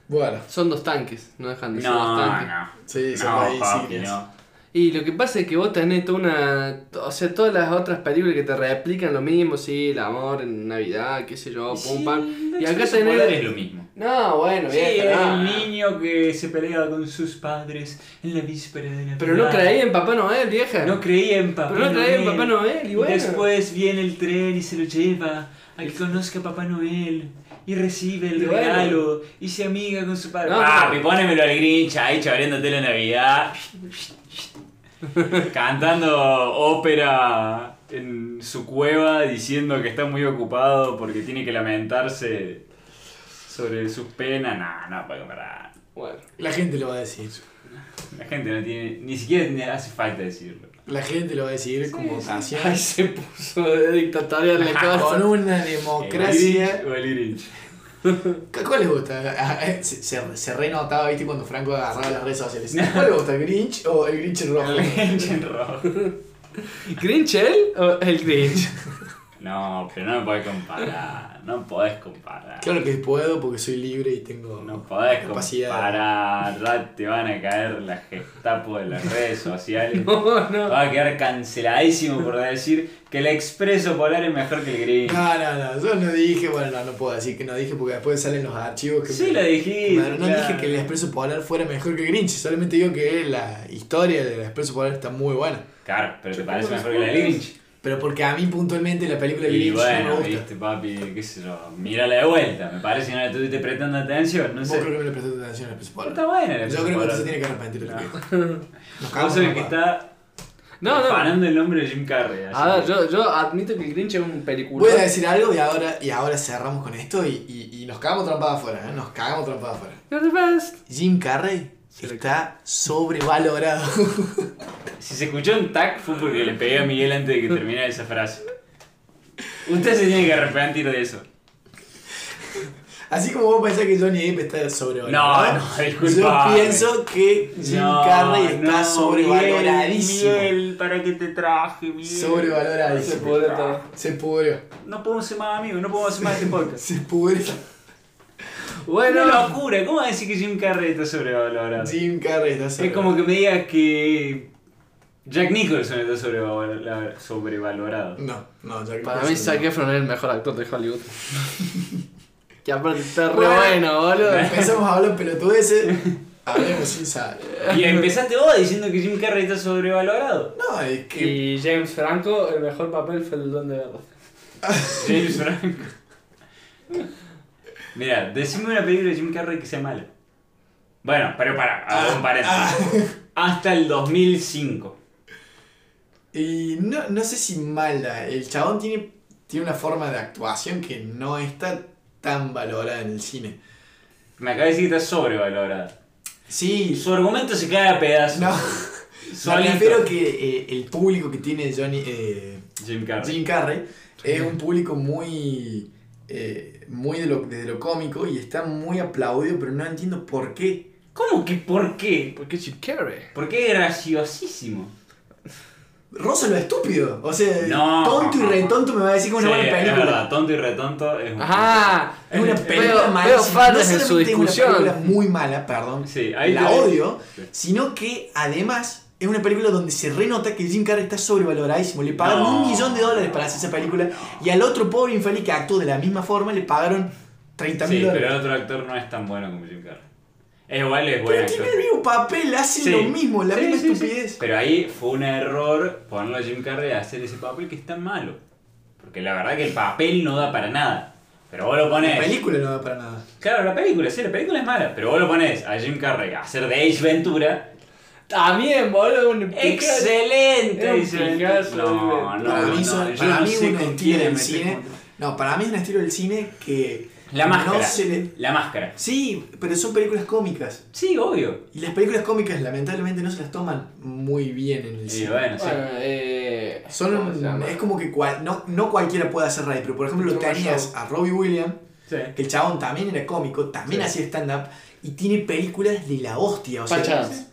Speaker 3: Bueno,
Speaker 2: Son dos tanques, no dejan de ser dos
Speaker 1: No,
Speaker 2: tanques.
Speaker 1: no.
Speaker 3: sí, son
Speaker 1: No,
Speaker 3: ahí
Speaker 1: papi,
Speaker 3: sí,
Speaker 1: no.
Speaker 2: Y lo que pasa es que vos tenés toda una. O sea, todas las otras películas que te replican lo mismo, sí, el amor en Navidad, qué sé yo, pum, pam. Y acá
Speaker 1: tener
Speaker 2: tenés.
Speaker 1: es lo mismo.
Speaker 2: No, bueno,
Speaker 1: Sí,
Speaker 2: vieja,
Speaker 1: es
Speaker 2: no.
Speaker 1: un niño que se pelea con sus padres en la víspera de Navidad.
Speaker 2: Pero no creí en Papá Noel, vieja.
Speaker 1: No creía en Papá
Speaker 2: Pero no creía
Speaker 1: creía
Speaker 2: en Papá Noel, y bueno.
Speaker 1: Después viene el tren y se lo lleva a que conozca a Papá Noel y recibe el
Speaker 2: Y bueno.
Speaker 1: regalo y se amiga con su padre.
Speaker 2: No,
Speaker 1: ah,
Speaker 2: no.
Speaker 1: ponémelo al Grinch ahí chabreándote la Navidad. Cantando ópera en su cueva diciendo que está muy ocupado porque tiene que lamentarse sobre sus penas. No, no, para comparar.
Speaker 2: Bueno.
Speaker 3: La gente lo va a decir.
Speaker 1: La gente no tiene, ni siquiera tiene- hace falta decirlo.
Speaker 3: La gente lo va a decidir como votación.
Speaker 2: Ay, se puso de dictatoria la
Speaker 3: Con
Speaker 2: cosa.
Speaker 3: una
Speaker 1: El
Speaker 3: democracia.
Speaker 1: Grinch o el Grinch.
Speaker 3: ¿Cu- ¿Cuál les gusta? Ah, eh, Se, se, se renotaba, viste, cuando Franco agarraba las redes sociales. ¿Cuál le gusta, el Grinch o el Grinch en rojo?
Speaker 1: El Grinch en rojo.
Speaker 2: ¿Grinch él o el Grinch?
Speaker 1: No, pero no me podés comparar. No podés comparar.
Speaker 3: Claro que puedo porque soy libre y tengo
Speaker 1: No podés
Speaker 3: capacidad.
Speaker 1: comparar. Ya te van a caer la gestapo de las redes sociales.
Speaker 2: No, no.
Speaker 1: Va a quedar canceladísimo por decir que el expreso polar es mejor que el Grinch.
Speaker 3: No, no, no, yo no dije, bueno, no, no puedo decir que no dije porque después salen los archivos que...
Speaker 1: Sí, lo dijiste,
Speaker 3: Claro, no
Speaker 1: claro.
Speaker 3: dije que el Expreso Polar fuera mejor que Grinch, solamente digo que la historia del Expreso Polar está muy buena.
Speaker 1: Claro, pero te parece
Speaker 2: Chupamos
Speaker 1: mejor que el
Speaker 2: los
Speaker 1: Grinch.
Speaker 3: Pero porque a mí puntualmente la película
Speaker 1: Y
Speaker 3: Grinch no
Speaker 1: bueno,
Speaker 3: me gusta.
Speaker 1: viste, papi, qué sé yo. Mírala de vuelta. Me parece que no le estuviste prestando atención. No
Speaker 3: Vos
Speaker 1: sé.
Speaker 3: creo que me le prestaste atención al Expreso
Speaker 1: Está
Speaker 3: Polar.
Speaker 1: bueno el
Speaker 3: Yo
Speaker 1: expreso
Speaker 3: creo que no
Speaker 1: polar.
Speaker 3: se tiene que arrepentir de lo
Speaker 1: No.
Speaker 3: que dijo. Nos
Speaker 1: Vos
Speaker 3: cagamos
Speaker 1: sabés que
Speaker 3: en la
Speaker 1: está
Speaker 2: No, no.
Speaker 1: Fanando el nombre de Jim Carrey. así
Speaker 2: A ver,
Speaker 1: que-
Speaker 2: yo, yo admito que el Grinch es un
Speaker 3: pata. Voy
Speaker 2: peliculón.
Speaker 3: a decir algo y ahora, y ahora cerramos con esto y, y- y nos cagamos trampada afuera, ¿eh? Nos cagamos trampada afuera.
Speaker 2: You're the best.
Speaker 3: Jim Carrey
Speaker 2: Se le-
Speaker 3: está sobrevalorado.
Speaker 1: Si se escuchó un tac fue porque le pegué a Miguel antes de que terminara esa frase. Usted se tiene que arrepentir de eso.
Speaker 3: Así como vos pensás que Johnny Depp está
Speaker 1: No,
Speaker 3: sobrevalorado.
Speaker 1: no, disculpa.
Speaker 3: Yo pienso que Jim Carrey está sobrevaloradísimo.
Speaker 1: Miguel, ¿para qué te traje, Miguel?
Speaker 2: Se
Speaker 3: Sobrevaloradísimo.
Speaker 1: Ah.
Speaker 2: pudre todo.
Speaker 3: Se pudrió.
Speaker 1: No podemos ser más amigos, no podemos hacer más este podcast.
Speaker 3: Se pudrió.
Speaker 1: Bueno,
Speaker 2: Bueno,
Speaker 1: locura, ¿cómo vas a decir que Jim Carrey está sobrevalorado?
Speaker 3: Jim Carrey está
Speaker 1: Es
Speaker 3: sobrevalorado.
Speaker 1: como que me digas que Jack Nicholson está sobrevalora- sobrevalorado.
Speaker 3: No, no, Jack
Speaker 2: para
Speaker 3: Nicholson
Speaker 2: mí
Speaker 3: no.
Speaker 2: Zac Efron es el mejor actor de Hollywood. que aparte está re
Speaker 3: Bueno.
Speaker 2: bueno, boludo.
Speaker 3: Empezamos a hablar pelotudeces. Hablemos sin saber.
Speaker 1: Y empezaste vos diciendo que Jim Carrey está sobrevalorado.
Speaker 3: No, es que.
Speaker 2: Y James Franco, el mejor papel fue el don de verdad.
Speaker 1: James Franco. Mira, decime una película de Jim Carrey que sea mala. Bueno, pero para,
Speaker 3: Ah,
Speaker 1: hago un paréntesis. Hasta el 2005.
Speaker 3: Y no, no sé si mala. El chabón tiene tiene una forma de actuación que no está tan valorada en el cine.
Speaker 1: Me acaba de decir que está sobrevalorada. Y
Speaker 3: Sí,
Speaker 1: su argumento se cae a pedazos.
Speaker 3: no. Me
Speaker 1: Solito.
Speaker 3: refiero que eh, el público que tiene Johnny, eh,
Speaker 1: Jim Carrey.
Speaker 3: Jim Carrey es un público muy, eh, muy de lo, de lo cómico y está muy aplaudido, pero no entiendo por qué.
Speaker 1: ¿Cómo que por qué?
Speaker 2: ¿Por qué Jim Carrey?
Speaker 1: Porque es graciosísimo.
Speaker 3: Rosa lo estúpido, o sea,
Speaker 1: No.
Speaker 3: tonto y retonto me va a decir que es
Speaker 1: Sí,
Speaker 3: una buena
Speaker 1: es
Speaker 3: película.
Speaker 1: verdad, tonto y retonto es un.
Speaker 2: Ajá.
Speaker 3: Es una
Speaker 1: Veo-
Speaker 3: película
Speaker 2: veo
Speaker 3: malísima.
Speaker 2: fallas
Speaker 3: no
Speaker 2: en su
Speaker 3: solamente es
Speaker 2: discusión.
Speaker 3: Una película muy mala, perdón.
Speaker 1: Sí, ahí
Speaker 3: la
Speaker 1: te-
Speaker 3: odio,
Speaker 1: Sí.
Speaker 3: sino que además es una película donde se renota que Jim Carrey está sobrevaloradísimo. Le pagaron
Speaker 1: No.
Speaker 3: un millón de dólares para hacer esa película y al otro pobre infeliz que actuó de la misma forma le pagaron 30 mil
Speaker 1: Sí, pero
Speaker 3: dólares.
Speaker 1: el otro actor no es tan bueno como Jim Carrey. Es igual, es buen
Speaker 3: Pero tiene
Speaker 1: actor.
Speaker 3: el mismo papel, hace
Speaker 1: Sí.
Speaker 3: lo mismo, la
Speaker 1: Sí,
Speaker 3: misma
Speaker 1: sí, sí.
Speaker 3: estupidez.
Speaker 1: Pero ahí fue un error ponerlo a Jim Carrey a hacer ese papel que es tan malo. Porque la verdad que el papel no da para nada. Pero vos lo
Speaker 3: La
Speaker 1: pones.
Speaker 3: película no da para nada.
Speaker 1: Claro, la película, sí, la película es mala. Pero vos lo pones a Jim Carrey a hacer de Ace Ventura.
Speaker 2: También, boludo, un
Speaker 1: ¡Excelente!
Speaker 2: Era un
Speaker 1: Ace Ventura.
Speaker 2: Picasso,
Speaker 1: no,
Speaker 2: Ace
Speaker 1: no,
Speaker 3: para
Speaker 1: no,
Speaker 3: mí, son-
Speaker 1: yo
Speaker 3: para
Speaker 1: no
Speaker 3: mí
Speaker 1: sé
Speaker 3: un
Speaker 1: con
Speaker 3: estilo
Speaker 1: quién
Speaker 3: del
Speaker 1: me
Speaker 3: cine.
Speaker 1: tengo-
Speaker 3: No, para mí es un estilo del cine que.
Speaker 1: La máscara.
Speaker 3: No se le-
Speaker 1: La máscara.
Speaker 3: Sí, pero son películas cómicas.
Speaker 1: Sí, obvio.
Speaker 3: Y las películas cómicas lamentablemente no se las toman muy bien en el
Speaker 1: Y
Speaker 3: cine.
Speaker 1: bueno, sí.
Speaker 2: Bueno, eh.
Speaker 3: Son
Speaker 2: ¿cómo se llama?
Speaker 3: es como que cual- no, no cualquiera puede hacer radio, pero por ejemplo lo
Speaker 2: Truman
Speaker 3: tenías a Robbie Williams,
Speaker 1: Sí.
Speaker 3: que el chabón también era cómico, también
Speaker 1: Sí.
Speaker 3: hacía stand-up y tiene películas de la hostia. O sea,
Speaker 2: Patch Adams.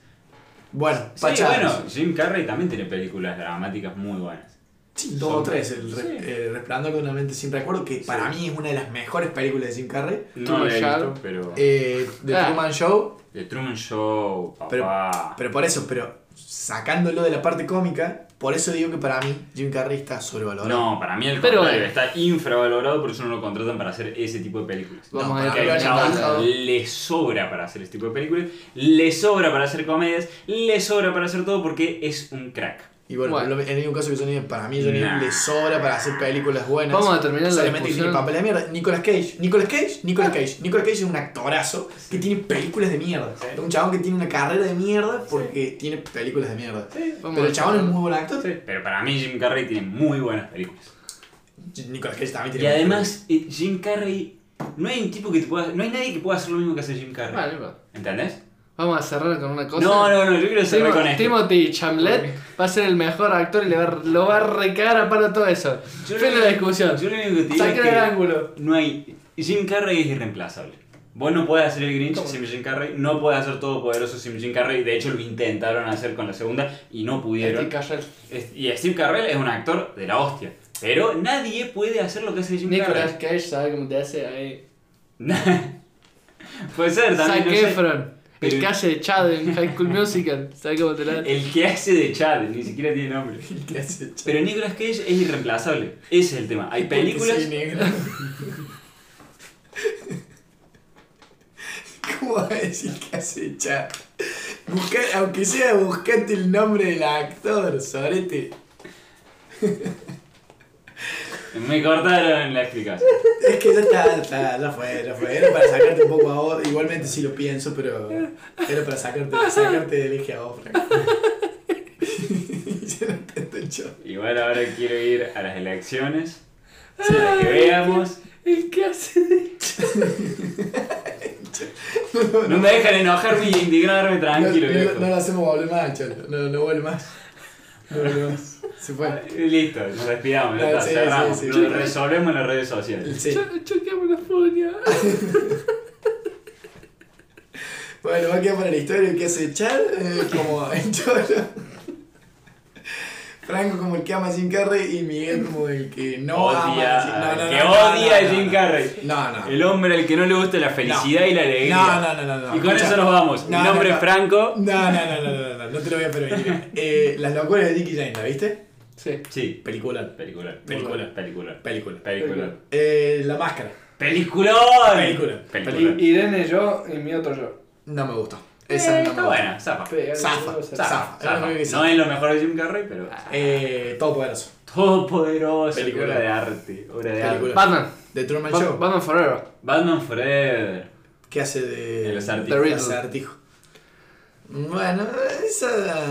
Speaker 3: Bueno,
Speaker 1: Sí,
Speaker 3: Patch Adams.
Speaker 1: bueno, Jim Carrey también tiene películas dramáticas muy buenas.
Speaker 3: Sí, dos
Speaker 1: Son-
Speaker 3: o tres. El, re-
Speaker 1: Sí.
Speaker 3: el Resplandor de una mente sin recuerdo, que para mí es una de las mejores películas de Jim Carrey.
Speaker 1: No
Speaker 2: Truman
Speaker 1: la he visto,
Speaker 2: Show.
Speaker 1: pero...
Speaker 3: Eh, The
Speaker 2: Ah.
Speaker 3: Truman Show,
Speaker 1: The Truman Show, papá.
Speaker 3: Pero- pero por eso, pero sacándolo de la parte cómica, por eso digo que para mí Jim Carrey está sobrevalorado.
Speaker 1: No, para mí el
Speaker 2: Pero
Speaker 1: contrario,
Speaker 2: bueno.
Speaker 1: está infravalorado, por eso no lo contratan para hacer ese tipo de películas.
Speaker 3: No,
Speaker 2: Vamos a
Speaker 3: para
Speaker 1: Porque
Speaker 2: ver.
Speaker 1: al
Speaker 3: mí lo han
Speaker 1: chabón
Speaker 3: bajado.
Speaker 1: le sobra para hacer este tipo de películas, le sobra para hacer comedias, le sobra para hacer todo porque es un crack.
Speaker 3: Y bueno,
Speaker 2: Bueno.
Speaker 3: en el mismo caso que Johnny Depp, para mí Johnny Depp
Speaker 1: Nah.
Speaker 3: le sobra para hacer películas buenas.
Speaker 2: Vamos a terminar la
Speaker 3: Solamente que tiene
Speaker 2: discusión. Ah.
Speaker 3: papel de mierda. Nicolas Cage. Nicolas Cage, Nicolas Cage. Nicolas Cage es un actorazo que tiene películas de mierda.
Speaker 1: Sí.
Speaker 3: Es un chabón que tiene una carrera de mierda porque tiene películas de mierda.
Speaker 2: Vamos
Speaker 3: Pero
Speaker 2: a
Speaker 3: el chabón es
Speaker 2: ver.
Speaker 3: muy buen actor.
Speaker 1: Sí, Pero para mí Jim Carrey tiene muy buenas películas.
Speaker 3: Nicolas Cage también
Speaker 1: Y
Speaker 3: tiene buenas
Speaker 1: además, eh, Jim Carrey, no hay un tipo que te pueda, no hay nadie que pueda hacer lo mismo que hace Jim Carrey.
Speaker 2: Vale, va.
Speaker 1: ¿Entendés?
Speaker 2: Vamos a cerrar con una cosa.
Speaker 1: No, no, no, yo quiero cerrar
Speaker 2: Timo-
Speaker 1: con este. esto.
Speaker 2: Timothy Chamlet va a ser el mejor actor y le va, a- lo va a recagar a palo todo eso.
Speaker 1: Yo lo
Speaker 2: Fin de
Speaker 1: único-
Speaker 2: la discusión.
Speaker 1: Yo lo único que te digo es
Speaker 2: Saqué el
Speaker 1: que
Speaker 2: ángulo.
Speaker 1: no hay. Jim Carrey es irreemplazable. Vos no podés hacer el Grinch
Speaker 2: ¿Cómo?
Speaker 1: sin Jim Carrey, no podés hacer Todopoderoso sin Jim Carrey. De hecho, lo intentaron hacer con la segunda y no pudieron.
Speaker 2: Este Carrell.
Speaker 1: Es- Y Steve Carrell es un actor de la hostia. Pero nadie puede hacer lo que hace Jim
Speaker 2: Nicolas Cage, ¿sabes cómo te hace ahí?
Speaker 1: Carrey. puede ser también.
Speaker 2: Zac
Speaker 1: no sé.
Speaker 2: Efron, el
Speaker 1: Pero-
Speaker 2: que hace de Chad en High School Musical, ¿sabes cómo te la hace?
Speaker 1: El que hace de Chad, ni siquiera tiene nombre.
Speaker 3: ¿Qué hace, chabón?
Speaker 1: Pero Nicolas Cage es irreemplazable. Ese es el tema. Hay películas.
Speaker 3: Porque soy negro. ¿Cómo va a decir que hace chat? Busca- aunque sea, buscate el nombre del actor, sorete.
Speaker 1: Me cortaron la explicación.
Speaker 3: Es que ya está, está, ya fue, ya fue. Era para sacarte un poco a vos. Igualmente sí lo pienso, pero era para sacarte, sacarte del eje a vos, Frank. Ya no te estoy chorando.
Speaker 1: Igual ahora quiero ir a las elecciones. Si las que veamos.
Speaker 2: El que hace de
Speaker 1: No me dejan enojarme y indignarme tranquilo,
Speaker 3: no, no,
Speaker 1: viejo.
Speaker 3: no lo hacemos volver más, Cholo. No, no vuelve más. No vuelve más. Se fue.
Speaker 1: Listo, nos despidamos, ya
Speaker 3: No,
Speaker 1: está,
Speaker 3: sí,
Speaker 1: cerramos.
Speaker 3: sí, sí.
Speaker 1: Lo resolvemos en las redes sociales.
Speaker 3: Sí.
Speaker 2: Cho- Choqueamos la fonia.
Speaker 3: Bueno, va a quedar para la historia el que hace Chad eh, como el Cholo. Franco como el que ama a Jim Carrey y Miguel como el que no ama a
Speaker 1: Odia,
Speaker 3: Jim no, no, no,
Speaker 1: que
Speaker 3: no,
Speaker 1: odia
Speaker 3: no,
Speaker 1: a
Speaker 3: no,
Speaker 1: Jim
Speaker 3: no.
Speaker 1: Carrey.
Speaker 3: No, no.
Speaker 1: El hombre al que no le gusta la felicidad y la alegría.
Speaker 3: No, no, no, no, no.
Speaker 1: Y con
Speaker 3: Escucha.
Speaker 1: eso nos vamos.
Speaker 3: No,
Speaker 1: Mi
Speaker 3: no,
Speaker 1: nombre
Speaker 3: no.
Speaker 1: es Franco.
Speaker 3: No, no, no, no, no, no, no te lo voy a permitir. Eh, las locuras de Dickie Jane, ¿la viste?
Speaker 2: Sí.
Speaker 1: Sí,
Speaker 3: Película.
Speaker 1: película,
Speaker 3: Película.
Speaker 1: película, película,
Speaker 3: Película.
Speaker 1: película.
Speaker 3: Eh, la máscara.
Speaker 1: ¡Peliculón!
Speaker 3: Película.
Speaker 1: Película.
Speaker 2: Irene, yo y mi otro yo.
Speaker 3: No me gustó. Esa
Speaker 1: Eh, Está
Speaker 3: no me gustó.
Speaker 1: buena, zafa.
Speaker 3: Zafa, zafa. Era lo
Speaker 1: zafa.
Speaker 3: único que
Speaker 1: No
Speaker 3: hice.
Speaker 1: es lo mejor de Jim Carrey, pero.
Speaker 3: Eh, Todopoderoso.
Speaker 1: Todopoderoso.
Speaker 3: Película.
Speaker 1: Obra de arte. Obra de
Speaker 3: Película.
Speaker 1: arte.
Speaker 2: Batman.
Speaker 3: The Truman
Speaker 2: Ba-
Speaker 3: Show.
Speaker 2: Batman Forever.
Speaker 1: Batman Forever.
Speaker 3: ¿Qué hace de.
Speaker 1: El azar.
Speaker 2: The
Speaker 3: El
Speaker 2: Riddle.
Speaker 3: acertijo. Bueno, esa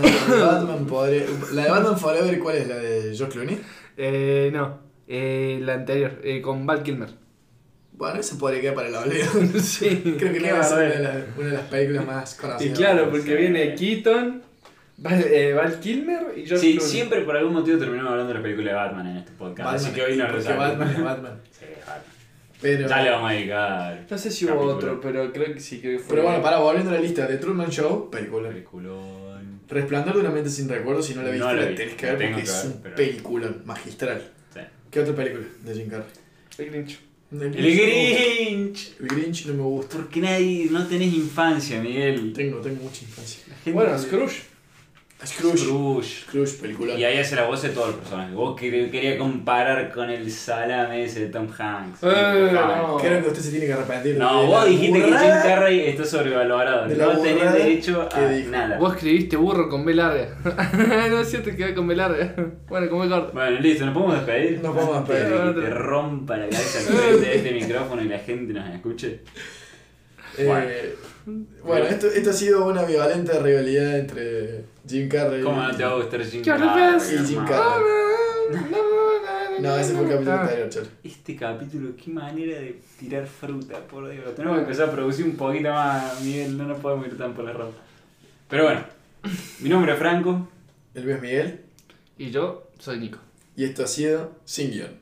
Speaker 3: de Batman podría. ¿La de Batman Forever cuál es? ¿La de George Clooney?
Speaker 2: Eh, no. Eh, la anterior, eh, con Val Kilmer.
Speaker 3: Bueno, eso podría quedar para el olvido.
Speaker 2: Sí,
Speaker 3: Creo que
Speaker 2: qué
Speaker 3: no es una
Speaker 2: barbero.
Speaker 3: de, las- una de las películas más conocidas.
Speaker 2: Y claro, porque
Speaker 1: sí.
Speaker 2: viene Keaton, Val, eh, Val Kilmer y George
Speaker 1: Sí,
Speaker 2: Clooney.
Speaker 1: siempre por algún motivo terminamos hablando de la película de Batman en este podcast.
Speaker 3: Batman,
Speaker 1: así que hoy nos
Speaker 3: porque
Speaker 1: resalta.
Speaker 3: Batman es Batman.
Speaker 1: Sí, Batman.
Speaker 3: Pero,
Speaker 1: Ya le vamos a dedicar.
Speaker 2: No sé si hubo
Speaker 1: Capítulo.
Speaker 2: otro, pero creo que sí, creo que fue.
Speaker 3: pero bueno, para volviendo a la lista, The Truman Show, película.
Speaker 1: Peliculón.
Speaker 3: Resplandor de una mente sin recuerdos, si no la
Speaker 1: No
Speaker 3: viste,
Speaker 1: la
Speaker 3: la
Speaker 1: vi,
Speaker 3: tenés que
Speaker 1: la
Speaker 3: ver
Speaker 1: tengo
Speaker 3: porque
Speaker 1: que
Speaker 3: es
Speaker 1: ver,
Speaker 3: un
Speaker 1: pero-
Speaker 3: película magistral.
Speaker 1: Sí.
Speaker 3: ¿Qué otra película de Jim Carrey?
Speaker 2: El Grinch.
Speaker 1: El Grinch.
Speaker 3: El Grinch no me gusta.
Speaker 1: Porque nadie. No tenés infancia, Miguel.
Speaker 3: Tengo, tengo mucha infancia.
Speaker 1: La gente-
Speaker 2: Bueno, Scrooge.
Speaker 3: Scrooge.
Speaker 1: Scrooge.
Speaker 3: Scrooge, película.
Speaker 1: Y ahí hace la voz de todos los personajes. Vos quer- quería comparar con el salame ese de Tom Hanks.
Speaker 2: Eh,
Speaker 1: Tom
Speaker 2: no.
Speaker 1: Hanks.
Speaker 3: Creo que usted se tiene que arrepentir.
Speaker 1: No,
Speaker 3: de
Speaker 1: vos
Speaker 3: la
Speaker 1: dijiste que Jim
Speaker 3: burrada.
Speaker 1: Carrey está sobrevalorado.
Speaker 3: de la
Speaker 1: No tenés
Speaker 3: burrada
Speaker 1: derecho
Speaker 3: que
Speaker 1: a
Speaker 3: dijo.
Speaker 1: nada.
Speaker 2: Vos escribiste burro con B larga. no es cierto que va con B larga. Bueno, con B corta.
Speaker 1: Bueno, listo, ¿nos podemos despedir?
Speaker 3: Nos podemos
Speaker 1: Antes de
Speaker 3: despedir.
Speaker 1: Que te rompa la cabeza con este, este micrófono y la gente nos escuche.
Speaker 3: Eh, bueno, esto, esto ha sido una violenta rivalidad entre Jim Carrey
Speaker 1: ¿Cómo no
Speaker 3: y-
Speaker 1: te va a gustar Jim
Speaker 2: ¿Qué
Speaker 1: Carrey?
Speaker 2: hablas?
Speaker 1: hermano?
Speaker 3: Sí, Jim Carrey. No, ese fue el capítulo
Speaker 2: Ah.
Speaker 3: anterior, chale.
Speaker 1: Este capítulo, qué manera de tirar fruta, por Dios. Tenemos que empezar a producir un poquito más, Miguel, no nos podemos ir tan por la ropa. Pero bueno, mi nombre es Franco.
Speaker 3: El Luis Miguel.
Speaker 2: Y yo soy Nico.
Speaker 3: Y esto ha sido Sin Guión.